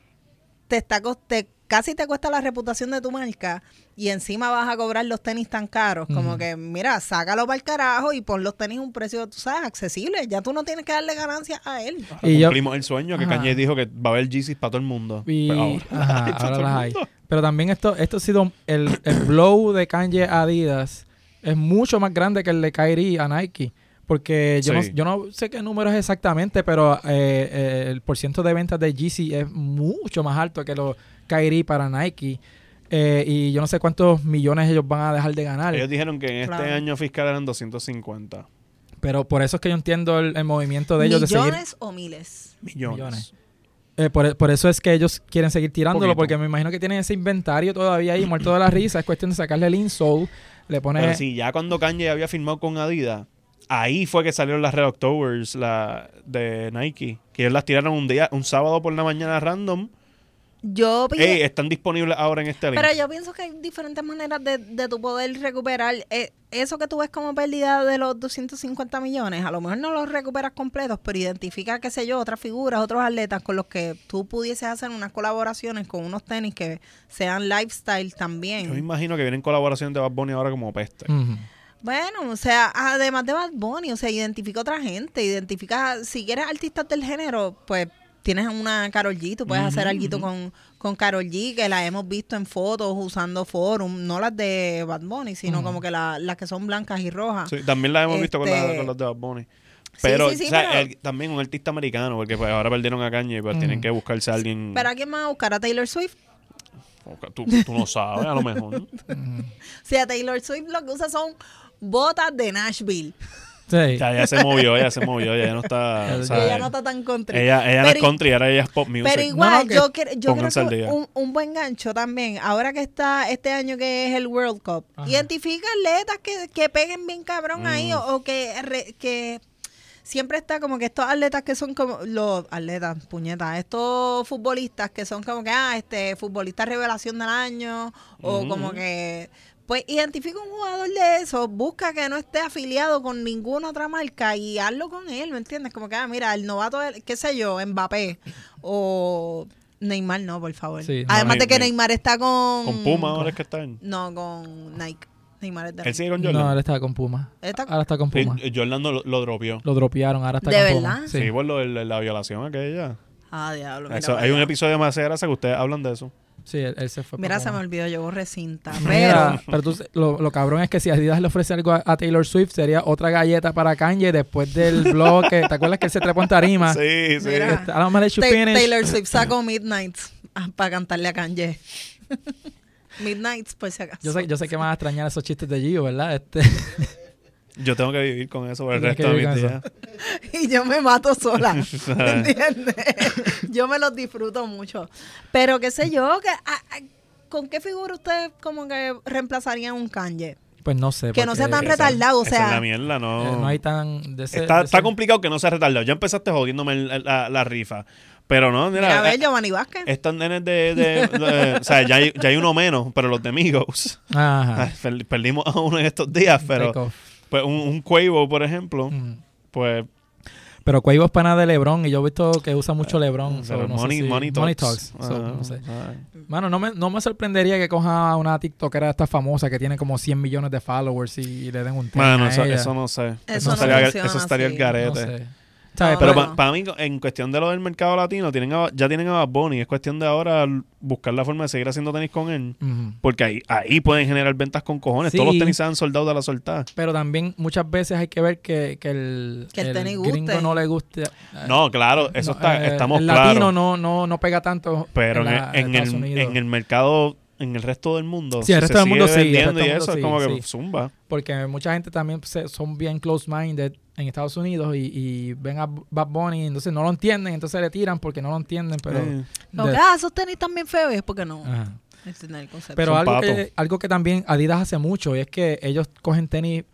[SPEAKER 3] te está cos- te- casi te cuesta la reputación de tu marca y encima vas a cobrar los tenis tan caros. Como
[SPEAKER 1] Ujú.
[SPEAKER 3] que, mira, sácalo para el carajo y pon los tenis a un precio, tú sabes, accesible. Ya tú no tienes que darle ganancias a él.
[SPEAKER 2] Ahora
[SPEAKER 1] Y yo-
[SPEAKER 2] cumplimos el sueño que
[SPEAKER 1] Ajá.
[SPEAKER 2] Kanye dijo que va a haber Yeezys para todo el mundo.
[SPEAKER 1] Y-
[SPEAKER 2] Pero ahora, (laughs)
[SPEAKER 1] ajá,
[SPEAKER 2] para
[SPEAKER 1] ahora
[SPEAKER 2] todo el
[SPEAKER 1] las hay.
[SPEAKER 2] mundo.
[SPEAKER 1] Pero también esto, esto ha sido el, el blow de Kanye a Adidas es mucho más grande que el de Kyrie a Nike. Porque yo,
[SPEAKER 2] Sí.
[SPEAKER 1] no, yo no sé qué número es exactamente, pero eh, eh, el porcentaje de ventas de Yeezy es mucho más alto que los Kyrie para Nike. Eh, y yo no sé cuántos millones ellos van a dejar de ganar.
[SPEAKER 2] Ellos dijeron que en este
[SPEAKER 3] Claro.
[SPEAKER 2] año fiscal eran 250
[SPEAKER 1] Pero por eso es que yo entiendo el, el movimiento de ellos de seguir.
[SPEAKER 3] ¿Millones o miles?
[SPEAKER 2] millones.
[SPEAKER 1] Millones. Eh, por, por eso es que ellos quieren seguir tirándolo,
[SPEAKER 2] Poquito.
[SPEAKER 1] porque me imagino que tienen ese inventario todavía ahí, muerto de la risa. Es cuestión de sacarle el insole, le
[SPEAKER 2] Pero
[SPEAKER 1] pones...
[SPEAKER 2] sí, ya cuando Kanye había firmado con Adidas, ahí fue que salieron las Red Octobers la, de Nike. Que ellos las tiraron un día, un sábado por la mañana random.
[SPEAKER 3] Pues Yo opino-
[SPEAKER 2] Ey, están disponibles ahora en este link.
[SPEAKER 3] Pero yo pienso que hay diferentes maneras de, de tu poder recuperar eh, eso que tú ves como pérdida de los 250 millones. A lo mejor no los recuperas completos, pero identifica, qué sé yo, otras figuras, otros atletas con los que tú pudieses hacer unas colaboraciones con unos tenis que sean lifestyle
[SPEAKER 2] Yo me
[SPEAKER 3] también.
[SPEAKER 2] imagino que vienen colaboraciones de Bad Bunny ahora como peste.
[SPEAKER 3] Mm.
[SPEAKER 1] Ujú.
[SPEAKER 3] Bueno, o sea, además de Bad Bunny, o sea, identifica otra gente, identifica, si quieres artistas del género, pues tienes una Carol G, tú puedes hacer algo con, con Carol G, que la hemos visto en fotos usando forum, no las de Bad Bunny, sino
[SPEAKER 1] Ujú.
[SPEAKER 3] como que la- las que son blancas y rojas.
[SPEAKER 2] Sí, también las hemos visto con, la-
[SPEAKER 3] Este-
[SPEAKER 2] con las de Bad Bunny. Pero,
[SPEAKER 3] sí, sí,
[SPEAKER 2] o sea,
[SPEAKER 3] pero-
[SPEAKER 2] el- también un artista americano, porque pues, ahora perdieron a Kanye, pero
[SPEAKER 1] Mm.
[SPEAKER 2] tienen que buscarse a alguien.
[SPEAKER 3] ¿Pero a quién más buscar? ¿A Taylor Swift?
[SPEAKER 2] Tú, tú no sabes, a lo
[SPEAKER 3] (laughs)
[SPEAKER 2] mejor.
[SPEAKER 3] Si a Taylor Swift lo que usa son botas de Nashville.
[SPEAKER 1] Sí.
[SPEAKER 2] Ya, ya se movió, ya se movió, ya, ya no está. o sea,
[SPEAKER 3] Ella no está tan contra.
[SPEAKER 2] Ella, ella no es country, ahora ella es pop music.
[SPEAKER 3] Pero igual,
[SPEAKER 1] no, que
[SPEAKER 3] yo, cre- yo
[SPEAKER 2] pónganse
[SPEAKER 3] creo
[SPEAKER 2] al
[SPEAKER 3] que
[SPEAKER 2] día.
[SPEAKER 3] un, un buen gancho también, ahora que está este año que es el World Cup,
[SPEAKER 1] Ajá. Mm.
[SPEAKER 3] identifica atletas que, que peguen bien cabrón ahí o, o que, re- que siempre está como que estos atletas que son como los atletas, puñetas, estos futbolistas que son como que, ah, este futbolista revelación del año o
[SPEAKER 1] Mm.
[SPEAKER 2] Ujú.
[SPEAKER 3] como que... Pues identifica un jugador de eso, busca que no esté afiliado con ninguna otra marca y hazlo con él, ¿me entiendes? Como que, ah, mira, el novato, del- qué sé yo, Mbappé o Neymar, no, por favor.
[SPEAKER 1] Sí, no,
[SPEAKER 3] Además de que
[SPEAKER 2] Ney-
[SPEAKER 3] Neymar está con...
[SPEAKER 1] Mm,
[SPEAKER 2] Con Puma ahora es que está en.
[SPEAKER 3] No, con Nike. Neymar es de
[SPEAKER 2] Él
[SPEAKER 3] Nike.
[SPEAKER 2] sigue con
[SPEAKER 1] No,
[SPEAKER 2] Jordan.
[SPEAKER 1] él estaba con Puma.
[SPEAKER 3] Está-
[SPEAKER 1] Ahora está con Puma.
[SPEAKER 2] Eh, Jordan no lo, lo dropeó.
[SPEAKER 1] Lo dropearon, ahora está
[SPEAKER 3] ¿De
[SPEAKER 1] con Puma.
[SPEAKER 3] verdad?
[SPEAKER 2] Sí,
[SPEAKER 1] Sí.
[SPEAKER 2] por lo de la- la violación aquella.
[SPEAKER 3] Ah, diablo. Mira,
[SPEAKER 2] Eso,
[SPEAKER 3] para
[SPEAKER 2] hay un
[SPEAKER 3] allá.
[SPEAKER 2] episodio más de Grasa que ustedes hablan de eso.
[SPEAKER 1] Sí, él, él se fue.
[SPEAKER 3] Mira,
[SPEAKER 1] para
[SPEAKER 3] se me
[SPEAKER 1] Puma.
[SPEAKER 3] olvidó, yo borré cinta.
[SPEAKER 1] Mira,
[SPEAKER 3] Pero...
[SPEAKER 1] pero tú, lo, lo cabrón es que si Adidas le ofrece algo a, a Taylor Swift, sería otra galleta para Kanye después del
[SPEAKER 3] (laughs)
[SPEAKER 1] blog que, ¿te acuerdas que él se trepó en tarima?
[SPEAKER 2] Sí, sí.
[SPEAKER 3] Mira.
[SPEAKER 1] Este, I don't let you
[SPEAKER 3] Ta-
[SPEAKER 1] finish.
[SPEAKER 3] Taylor Swift sacó Midnight para cantarle a Kanye. (laughs) Midnight, por si acaso.
[SPEAKER 1] Yo sé, yo sé que van a extrañar esos chistes de Gio, ¿verdad? Este, (laughs)
[SPEAKER 2] Yo tengo que vivir con eso por el
[SPEAKER 1] Tienes que
[SPEAKER 2] resto de
[SPEAKER 1] vivir con
[SPEAKER 2] mis días.
[SPEAKER 3] (laughs) y yo me mato
[SPEAKER 2] (laughs)
[SPEAKER 3] sola. ¿Me entiendes? Yo me los disfruto mucho. Pero qué sé yo, que, a- a- ¿con qué figura ustedes como que reemplazarían un Kanye?
[SPEAKER 1] pues no sé.
[SPEAKER 3] Que no sea
[SPEAKER 1] porque,
[SPEAKER 3] tan
[SPEAKER 1] eh,
[SPEAKER 2] Esa-
[SPEAKER 3] retardado, o
[SPEAKER 2] esa
[SPEAKER 3] sea-
[SPEAKER 2] es la mierda, no.
[SPEAKER 1] no hay tan... de ese-
[SPEAKER 2] está,
[SPEAKER 1] de
[SPEAKER 2] está
[SPEAKER 1] ese-
[SPEAKER 2] complicado que no sea retardado. Ya empezaste jodiéndome el- el- la, la rifa. Pero no, mira.
[SPEAKER 3] Mira, a ver,
[SPEAKER 2] eh,
[SPEAKER 3] Giovanni Vázquez.
[SPEAKER 2] estos nenes de. de- de- o sea, ya hay, ya hay uno menos, pero los de Migos.
[SPEAKER 1] Ajá.
[SPEAKER 2] (laughs) Ay, Perdimos a uno en estos días,
[SPEAKER 1] Take
[SPEAKER 2] pero.
[SPEAKER 1] off.
[SPEAKER 2] Pues un, un Quavo, por ejemplo,
[SPEAKER 1] Mm.
[SPEAKER 2] pues
[SPEAKER 1] Pero Quavo es pana de LeBron y yo he visto que usa mucho LeBron. so
[SPEAKER 2] Eh, Pero
[SPEAKER 1] no sé
[SPEAKER 2] money,
[SPEAKER 1] si-
[SPEAKER 2] money talks.
[SPEAKER 1] so,
[SPEAKER 2] Ah,
[SPEAKER 1] no sé.
[SPEAKER 2] ah.
[SPEAKER 1] Mano, no me, no me sorprendería que coja a una TikTokera esta famosa que tiene como 100 millones de followers y, y le den un tema.
[SPEAKER 2] Mano,
[SPEAKER 1] a
[SPEAKER 2] eso,
[SPEAKER 1] ella.
[SPEAKER 2] eso no sé. Eso,
[SPEAKER 3] no
[SPEAKER 2] estaría,
[SPEAKER 3] funciona
[SPEAKER 2] eso estaría el
[SPEAKER 3] así.
[SPEAKER 1] No
[SPEAKER 2] garete.
[SPEAKER 1] sé. ¿Sabes?
[SPEAKER 3] No,
[SPEAKER 2] Pero
[SPEAKER 3] no,
[SPEAKER 2] para mí, en cuestión de lo del mercado latino, tienen a- ya tienen a Bad Bunny. Es cuestión de ahora l- buscar la forma de seguir haciendo tenis con él.
[SPEAKER 1] Ujú.
[SPEAKER 2] Porque ahí, ahí pueden generar ventas con cojones.
[SPEAKER 1] Sí.
[SPEAKER 2] Todos los tenis se han soldado de la soltada.
[SPEAKER 1] Pero también muchas veces hay que ver que, que el,
[SPEAKER 3] Que el tenis
[SPEAKER 1] gringo
[SPEAKER 3] guste.
[SPEAKER 1] no le guste. eh,
[SPEAKER 2] No, claro, eso
[SPEAKER 1] no,
[SPEAKER 2] está,
[SPEAKER 1] eh,
[SPEAKER 2] estamos
[SPEAKER 1] el
[SPEAKER 2] claros.
[SPEAKER 1] latino no, no, no pega tanto.
[SPEAKER 2] pero en,
[SPEAKER 1] la-
[SPEAKER 2] en
[SPEAKER 1] Estados
[SPEAKER 2] el,
[SPEAKER 1] Unidos.
[SPEAKER 2] en el mercado, en el resto del mundo,
[SPEAKER 1] Sí, el
[SPEAKER 2] se
[SPEAKER 1] resto del
[SPEAKER 2] sigue
[SPEAKER 1] mundo sí, el
[SPEAKER 2] vendiendo
[SPEAKER 1] resto
[SPEAKER 2] y
[SPEAKER 1] del
[SPEAKER 2] eso es
[SPEAKER 1] mundo
[SPEAKER 2] como
[SPEAKER 1] sí,
[SPEAKER 2] que
[SPEAKER 1] sí.
[SPEAKER 2] zumba.
[SPEAKER 1] porque mucha gente también se- son bien close-minded en Estados Unidos y, y ven a Bad Bunny, entonces no lo entienden, entonces le tiran porque no lo entienden, pero...
[SPEAKER 2] Eh,
[SPEAKER 3] Como
[SPEAKER 1] de-
[SPEAKER 3] que, ah, esos tenis también feos, es porque no
[SPEAKER 1] Ajá.
[SPEAKER 3] entienden el concepto.
[SPEAKER 1] Pero
[SPEAKER 2] Son
[SPEAKER 1] algo
[SPEAKER 2] patos.
[SPEAKER 1] que, algo que también Adidas hace mucho y es que ellos cogen tenis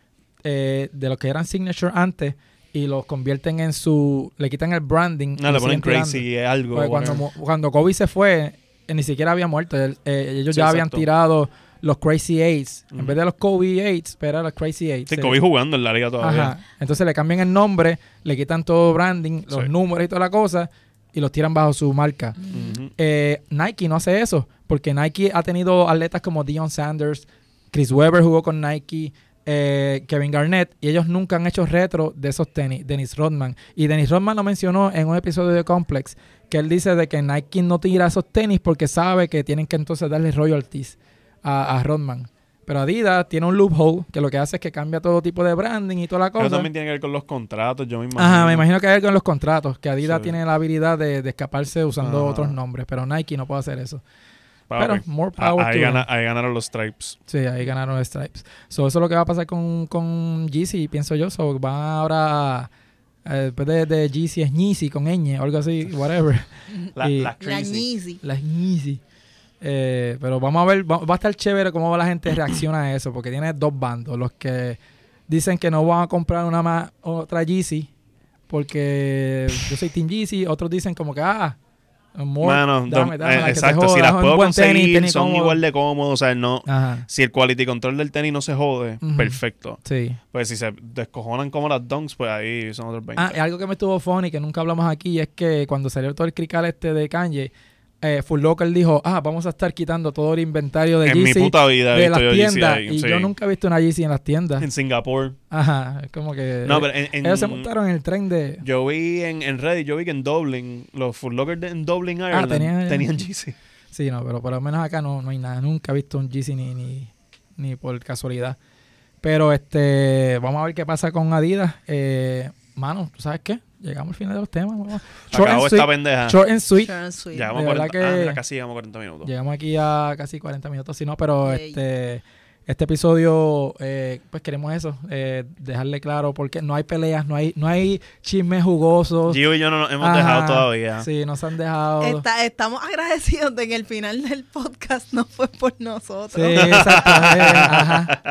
[SPEAKER 1] eh, de los que eran signature antes y los convierten en su... le quitan el branding. y
[SPEAKER 2] no,
[SPEAKER 1] lo
[SPEAKER 2] le ponen
[SPEAKER 1] siguen tirando.
[SPEAKER 2] crazy algo.
[SPEAKER 1] Porque cuando,
[SPEAKER 2] whatever.
[SPEAKER 1] mu- cuando Kobe se fue, eh, ni siquiera había muerto. Él- eh, ellos
[SPEAKER 2] Sí,
[SPEAKER 1] ya habían
[SPEAKER 2] exacto.
[SPEAKER 1] tirado los Crazy Eights. En
[SPEAKER 2] Ujú.
[SPEAKER 1] vez de los Kobe Eights, pero eran los Crazy Eights.
[SPEAKER 2] Sí,
[SPEAKER 1] Se-
[SPEAKER 2] Kobe jugando en la liga todavía.
[SPEAKER 1] Ajá. Entonces le cambian el nombre, le quitan todo branding, los
[SPEAKER 2] Sí.
[SPEAKER 1] números y toda la cosa, y los tiran bajo su marca.
[SPEAKER 3] Mm,
[SPEAKER 2] Ujú.
[SPEAKER 1] Eh, Nike no hace eso, porque Nike ha tenido atletas como Dion Sanders, Chris Webber jugó con Nike, eh, Kevin Garnett, y ellos nunca han hecho retro de esos tenis, Dennis Rodman. Y Dennis Rodman lo mencionó en un episodio de Complex, que él dice de que Nike no tira esos tenis porque sabe que tienen que entonces darle royalties a, a Rodman. Pero Adidas tiene un loophole que lo que hace es que cambia todo tipo de branding y toda la
[SPEAKER 2] Pero
[SPEAKER 1] cosa.
[SPEAKER 2] también tiene que ver con los contratos, yo me imagino.
[SPEAKER 1] Ajá, me imagino que hay algo en los contratos, que Adidas
[SPEAKER 2] Sí.
[SPEAKER 1] tiene la habilidad de, de escaparse usando
[SPEAKER 2] Ah.
[SPEAKER 1] otros nombres, pero Nike no puede hacer eso.
[SPEAKER 2] Papi,
[SPEAKER 1] Pero more
[SPEAKER 2] a-
[SPEAKER 1] power
[SPEAKER 2] ahí,
[SPEAKER 1] to
[SPEAKER 2] gana-
[SPEAKER 1] them.
[SPEAKER 2] ahí ganaron los stripes.
[SPEAKER 1] Sí, ahí ganaron los Stripes. So, eso es lo que va a pasar con, con Yeezy, pienso yo. So, van ahora, eh, después de, de Yeezy es Yeezy con ñ, o algo así, whatever.
[SPEAKER 2] La,
[SPEAKER 1] Y-
[SPEAKER 2] las
[SPEAKER 3] la
[SPEAKER 2] crazy.
[SPEAKER 3] Yeezy.
[SPEAKER 1] Las Yeezy. Eh, pero vamos a ver, va, va a estar chévere cómo la gente reacciona a eso, porque tiene dos bandos. Los que dicen que no van a comprar una más, otra Yeezy, porque yo soy Team Yeezy. Otros dicen como que, ah, more,
[SPEAKER 2] Mano,
[SPEAKER 1] dame, dame,
[SPEAKER 2] dom- eh,
[SPEAKER 1] la que se
[SPEAKER 2] exacto,
[SPEAKER 1] joda,
[SPEAKER 2] si las
[SPEAKER 1] un
[SPEAKER 2] puedo
[SPEAKER 1] buen tenis,
[SPEAKER 2] conseguir,
[SPEAKER 1] tenis
[SPEAKER 2] son
[SPEAKER 1] cómodo.
[SPEAKER 2] igual de cómodos, o sea, no...
[SPEAKER 1] Ajá,
[SPEAKER 2] Si el quality control del tenis no se jode,
[SPEAKER 1] Ujú.
[SPEAKER 2] perfecto.
[SPEAKER 1] sí.
[SPEAKER 2] Pues si se descojonan como las dunks, pues ahí son otros 20.
[SPEAKER 1] Ah, y algo que me estuvo funny, que nunca hablamos aquí, es que cuando salió todo el crical este de Kanye, eh, Full Locker dijo, ah, vamos a estar quitando todo el inventario de
[SPEAKER 2] en mi
[SPEAKER 1] Yeezy
[SPEAKER 2] puta vida he
[SPEAKER 1] de las
[SPEAKER 2] visto yo Yeezy
[SPEAKER 1] tiendas.
[SPEAKER 2] ahí,
[SPEAKER 1] y
[SPEAKER 2] sí.
[SPEAKER 1] yo nunca he visto una Yeezy en las tiendas.
[SPEAKER 2] En Singapur.
[SPEAKER 1] Ajá, es como que.
[SPEAKER 2] No, pero en, en-
[SPEAKER 1] ellos se montaron en el tren de.
[SPEAKER 2] Yo vi en, en Reddit, yo vi que en Dublin, los Foot Locker de- en Dublin, Ireland,
[SPEAKER 1] Ah, tenían-
[SPEAKER 2] tenían, Yeezy.
[SPEAKER 1] Sí, no, pero por lo menos acá no, no hay nada. Nunca he visto un Yeezy ni, ni, ni por casualidad. Pero este, vamos a ver qué pasa con Adidas. Eh, mano, ¿tú sabes qué? Llegamos al final de los temas. vamos. Short,
[SPEAKER 2] Acabó
[SPEAKER 1] and
[SPEAKER 2] esta
[SPEAKER 1] sweet,
[SPEAKER 2] pendeja.
[SPEAKER 1] short and sweet.
[SPEAKER 3] Short and sweet.
[SPEAKER 2] Llegamos a
[SPEAKER 1] De
[SPEAKER 2] 40,
[SPEAKER 1] verdad
[SPEAKER 2] ah,
[SPEAKER 1] que-
[SPEAKER 2] mira, casi llegamos a 40 minutos.
[SPEAKER 1] Llegamos aquí a casi 40 minutos, si no, pero
[SPEAKER 3] Yay.
[SPEAKER 1] este este episodio, eh, pues queremos eso, eh, dejarle claro, porque no hay peleas, no hay no hay chismes jugosos.
[SPEAKER 2] Gio y yo no nos hemos
[SPEAKER 1] Ajá,
[SPEAKER 2] dejado todavía.
[SPEAKER 1] Sí, nos han dejado.
[SPEAKER 3] Está- estamos agradecidos de que el final del podcast no fue por nosotros.
[SPEAKER 1] Sí, exacto. eh, ajá.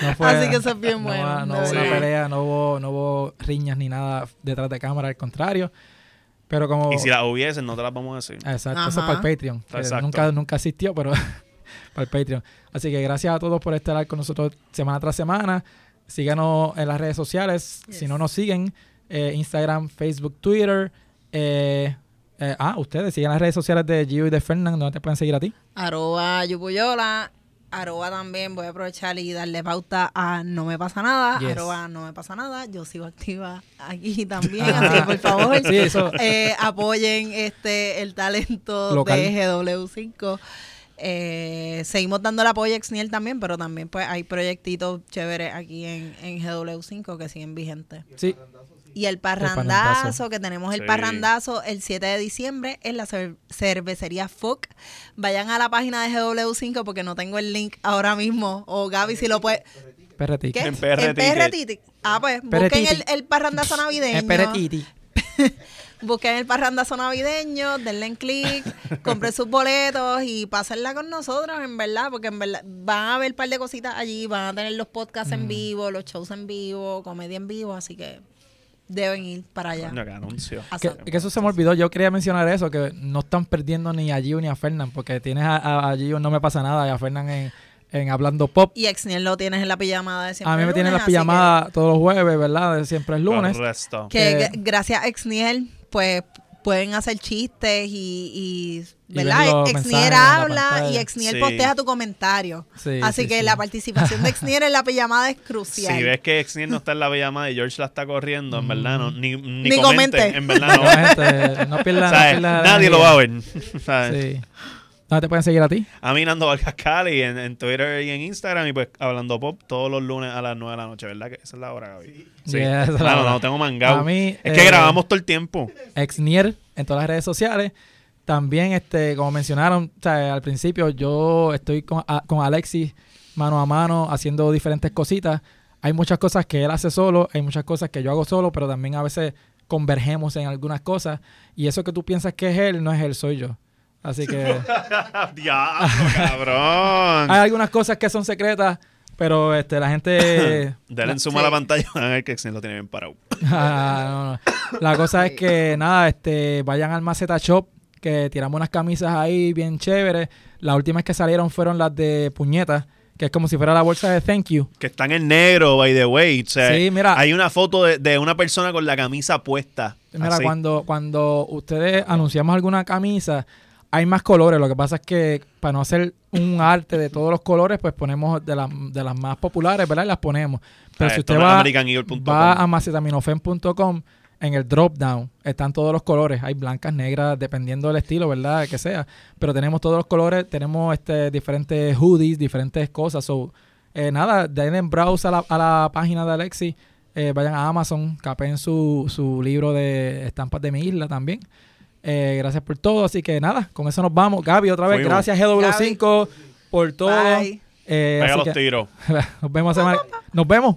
[SPEAKER 1] No fue-
[SPEAKER 3] Así que eso es bien
[SPEAKER 1] no,
[SPEAKER 3] bueno.
[SPEAKER 1] No,
[SPEAKER 3] de
[SPEAKER 1] hubo una
[SPEAKER 3] verdad.
[SPEAKER 1] pelea, no hubo, no hubo riñas ni nada detrás de cámara, al contrario. Pero como.
[SPEAKER 2] Y si las hubiesen, no te las vamos a decir.
[SPEAKER 1] Ah, Exacto,
[SPEAKER 3] Ajá.
[SPEAKER 1] eso es para el Patreon. que
[SPEAKER 2] Exacto.
[SPEAKER 1] Nunca, nunca asistió, pero (laughs) para el Patreon. Así que gracias a todos por estar con nosotros semana tras semana. Síganos en las redes sociales.
[SPEAKER 3] Yes.
[SPEAKER 1] Si no nos siguen, eh, Instagram, Facebook, Twitter. eh, eh, ah, ustedes sigan las redes sociales de Gio y de Fernando. ¿Dónde te pueden seguir a ti?
[SPEAKER 3] Arroba Yupuyola. Arroba también voy a aprovechar y darle pauta a No Me Pasa Nada.
[SPEAKER 1] Yes.
[SPEAKER 3] Arroba No Me Pasa Nada. Yo sigo activa aquí también. así que por favor,
[SPEAKER 1] Ah. (laughs) Sí, eso.
[SPEAKER 3] eh, apoyen este el talento
[SPEAKER 1] Local.
[SPEAKER 3] de GW5. Eh, seguimos dando el apoyo a Exniel también, pero también pues hay proyectitos chéveres aquí en, en GW5 que siguen vigentes.
[SPEAKER 1] Sí.
[SPEAKER 3] Y el
[SPEAKER 1] parrandazo.
[SPEAKER 3] parrandazo, que tenemos el
[SPEAKER 2] Sí.
[SPEAKER 3] parrandazo el 7 de diciembre en la cer- cervecería Foc. Vayan a la página de GW5 porque no tengo el link ahora mismo. O Gaby, si lo puede.
[SPEAKER 1] Perretique.
[SPEAKER 3] ¿Qué?
[SPEAKER 2] En PR
[SPEAKER 3] En PR Ticket. Ah, pues busquen el,
[SPEAKER 1] Ticket.
[SPEAKER 3] el parrandazo navideño.
[SPEAKER 1] Eh, perretiti.
[SPEAKER 3] Busquen el parrandazo navideño, denle en clic, compren sus boletos y pásenla con nosotros, en verdad, porque en verdad van a ver un par de cositas allí, van a tener los podcasts en vivo, los shows en vivo, comedia en vivo, así que deben ir para allá.
[SPEAKER 2] Coño, qué anuncio.
[SPEAKER 3] Así-
[SPEAKER 1] Que, que eso se me olvidó. Yo quería mencionar eso, que no están perdiendo ni a Gio ni a Fernan, porque tienes a, a, a Gio no me pasa nada y a Fernan en, en Hablando Pop.
[SPEAKER 3] Y Exniel lo tienes en la pijamada de siempre.
[SPEAKER 1] A mí me
[SPEAKER 3] lunes,
[SPEAKER 1] tienen las
[SPEAKER 3] así que-
[SPEAKER 1] pijamadas todos los jueves, ¿verdad? De Siempre es lunes.
[SPEAKER 2] Correcto.
[SPEAKER 3] Que,
[SPEAKER 1] que-
[SPEAKER 3] g- gracias a Exniel, pues pueden hacer chistes y, y,
[SPEAKER 1] Y ven
[SPEAKER 3] ¿verdad?
[SPEAKER 1] los mensajes
[SPEAKER 3] Exnier
[SPEAKER 1] en la
[SPEAKER 3] habla y
[SPEAKER 1] pantalla.
[SPEAKER 3] Exnier
[SPEAKER 2] Sí.
[SPEAKER 3] postea tu comentario.
[SPEAKER 1] Sí,
[SPEAKER 3] Así
[SPEAKER 1] sí,
[SPEAKER 3] que
[SPEAKER 1] sí.
[SPEAKER 3] la
[SPEAKER 1] (laughs)
[SPEAKER 3] participación de Exnier en la pijamada es
[SPEAKER 2] Si
[SPEAKER 3] crucial.
[SPEAKER 2] ves que Exnier no está en la llamada y George la está corriendo, en verdad
[SPEAKER 1] Mm.
[SPEAKER 2] no, ni, ni,
[SPEAKER 3] Ni
[SPEAKER 2] comente,
[SPEAKER 3] comente.
[SPEAKER 2] En verdad
[SPEAKER 1] (laughs) No,
[SPEAKER 2] Ah, no.
[SPEAKER 1] gente, no pierdan, no
[SPEAKER 2] ¿Sabes?
[SPEAKER 1] pierdan la
[SPEAKER 2] Nadie
[SPEAKER 1] energía.
[SPEAKER 2] lo va a ver. (laughs) ¿sabes?
[SPEAKER 1] Sí. ¿Dónde te pueden seguir a ti?
[SPEAKER 2] A mí Nando Vargas Cali en, en Twitter y en Instagram y pues hablando pop todos los lunes a las 9 de la noche, ¿verdad? Que esa es la hora, Gaby. Sí.
[SPEAKER 1] Yeah, esa es la
[SPEAKER 2] Claro,
[SPEAKER 1] hora.
[SPEAKER 2] no tengo mangado.
[SPEAKER 1] A mí,
[SPEAKER 2] es que
[SPEAKER 1] eh,
[SPEAKER 2] grabamos todo el (laughs) tiempo.
[SPEAKER 1] Exnier en todas las redes sociales. También, este, como mencionaron o sea, al principio, yo estoy con, a- con Alexis mano a mano haciendo diferentes cositas. Hay muchas cosas que él hace solo, hay muchas cosas que yo hago solo, pero también a veces convergemos en algunas cosas. Y eso que tú piensas que es él, no es él, soy yo. Así
[SPEAKER 2] (laughs)
[SPEAKER 1] que
[SPEAKER 2] Ah,
[SPEAKER 1] (laughs)
[SPEAKER 2] Diablo, cabrón.
[SPEAKER 1] hay algunas cosas que son secretas, pero este, la
[SPEAKER 2] (coughs)
[SPEAKER 1] gente (coughs)
[SPEAKER 2] Dale en suma a la pantalla (laughs) van a ver que Exnier lo tiene bien parado.
[SPEAKER 1] Ah, no, no. La cosa es que nada, este, vayan al Maceta Shop, que tiramos unas camisas ahí bien chéveres. Las últimas que salieron fueron las de puñetas, que es como si fuera la bolsa de thank you.
[SPEAKER 2] Que están en negro, by the way. O sea,
[SPEAKER 1] Sí, mira.
[SPEAKER 2] Hay una foto de, de una persona con la camisa puesta.
[SPEAKER 1] Mira,
[SPEAKER 2] así.
[SPEAKER 1] cuando, cuando ustedes anunciamos alguna camisa, hay más colores. Lo que pasa es que para no hacer un arte de todos los colores, pues ponemos de, las- de las más populares, ¿verdad? Y las ponemos. Pero
[SPEAKER 2] Ah,
[SPEAKER 1] si
[SPEAKER 2] esto
[SPEAKER 1] usted
[SPEAKER 2] no es
[SPEAKER 1] va,
[SPEAKER 2] americaneagle.com.
[SPEAKER 1] va a macetaminofen.com, en el drop down están todos los colores. Hay blancas, negras, dependiendo del estilo, ¿verdad? Que sea. Pero tenemos todos los colores, tenemos este diferentes hoodies, diferentes cosas. So, eh, nada, denle en browse a la, a la página de Alexi. eh, vayan a Amazon, capen su, su libro de estampas de mi isla también. Eh, gracias por todo. Así que nada, con eso nos vamos. Gaby, otra vez,
[SPEAKER 2] Fuimos.
[SPEAKER 1] gracias GW5 por todo.
[SPEAKER 3] Bye.
[SPEAKER 1] Eh,
[SPEAKER 2] Pega
[SPEAKER 1] así
[SPEAKER 2] los
[SPEAKER 1] que-
[SPEAKER 2] tiros.
[SPEAKER 1] (laughs) nos vemos semana. Nos vemos.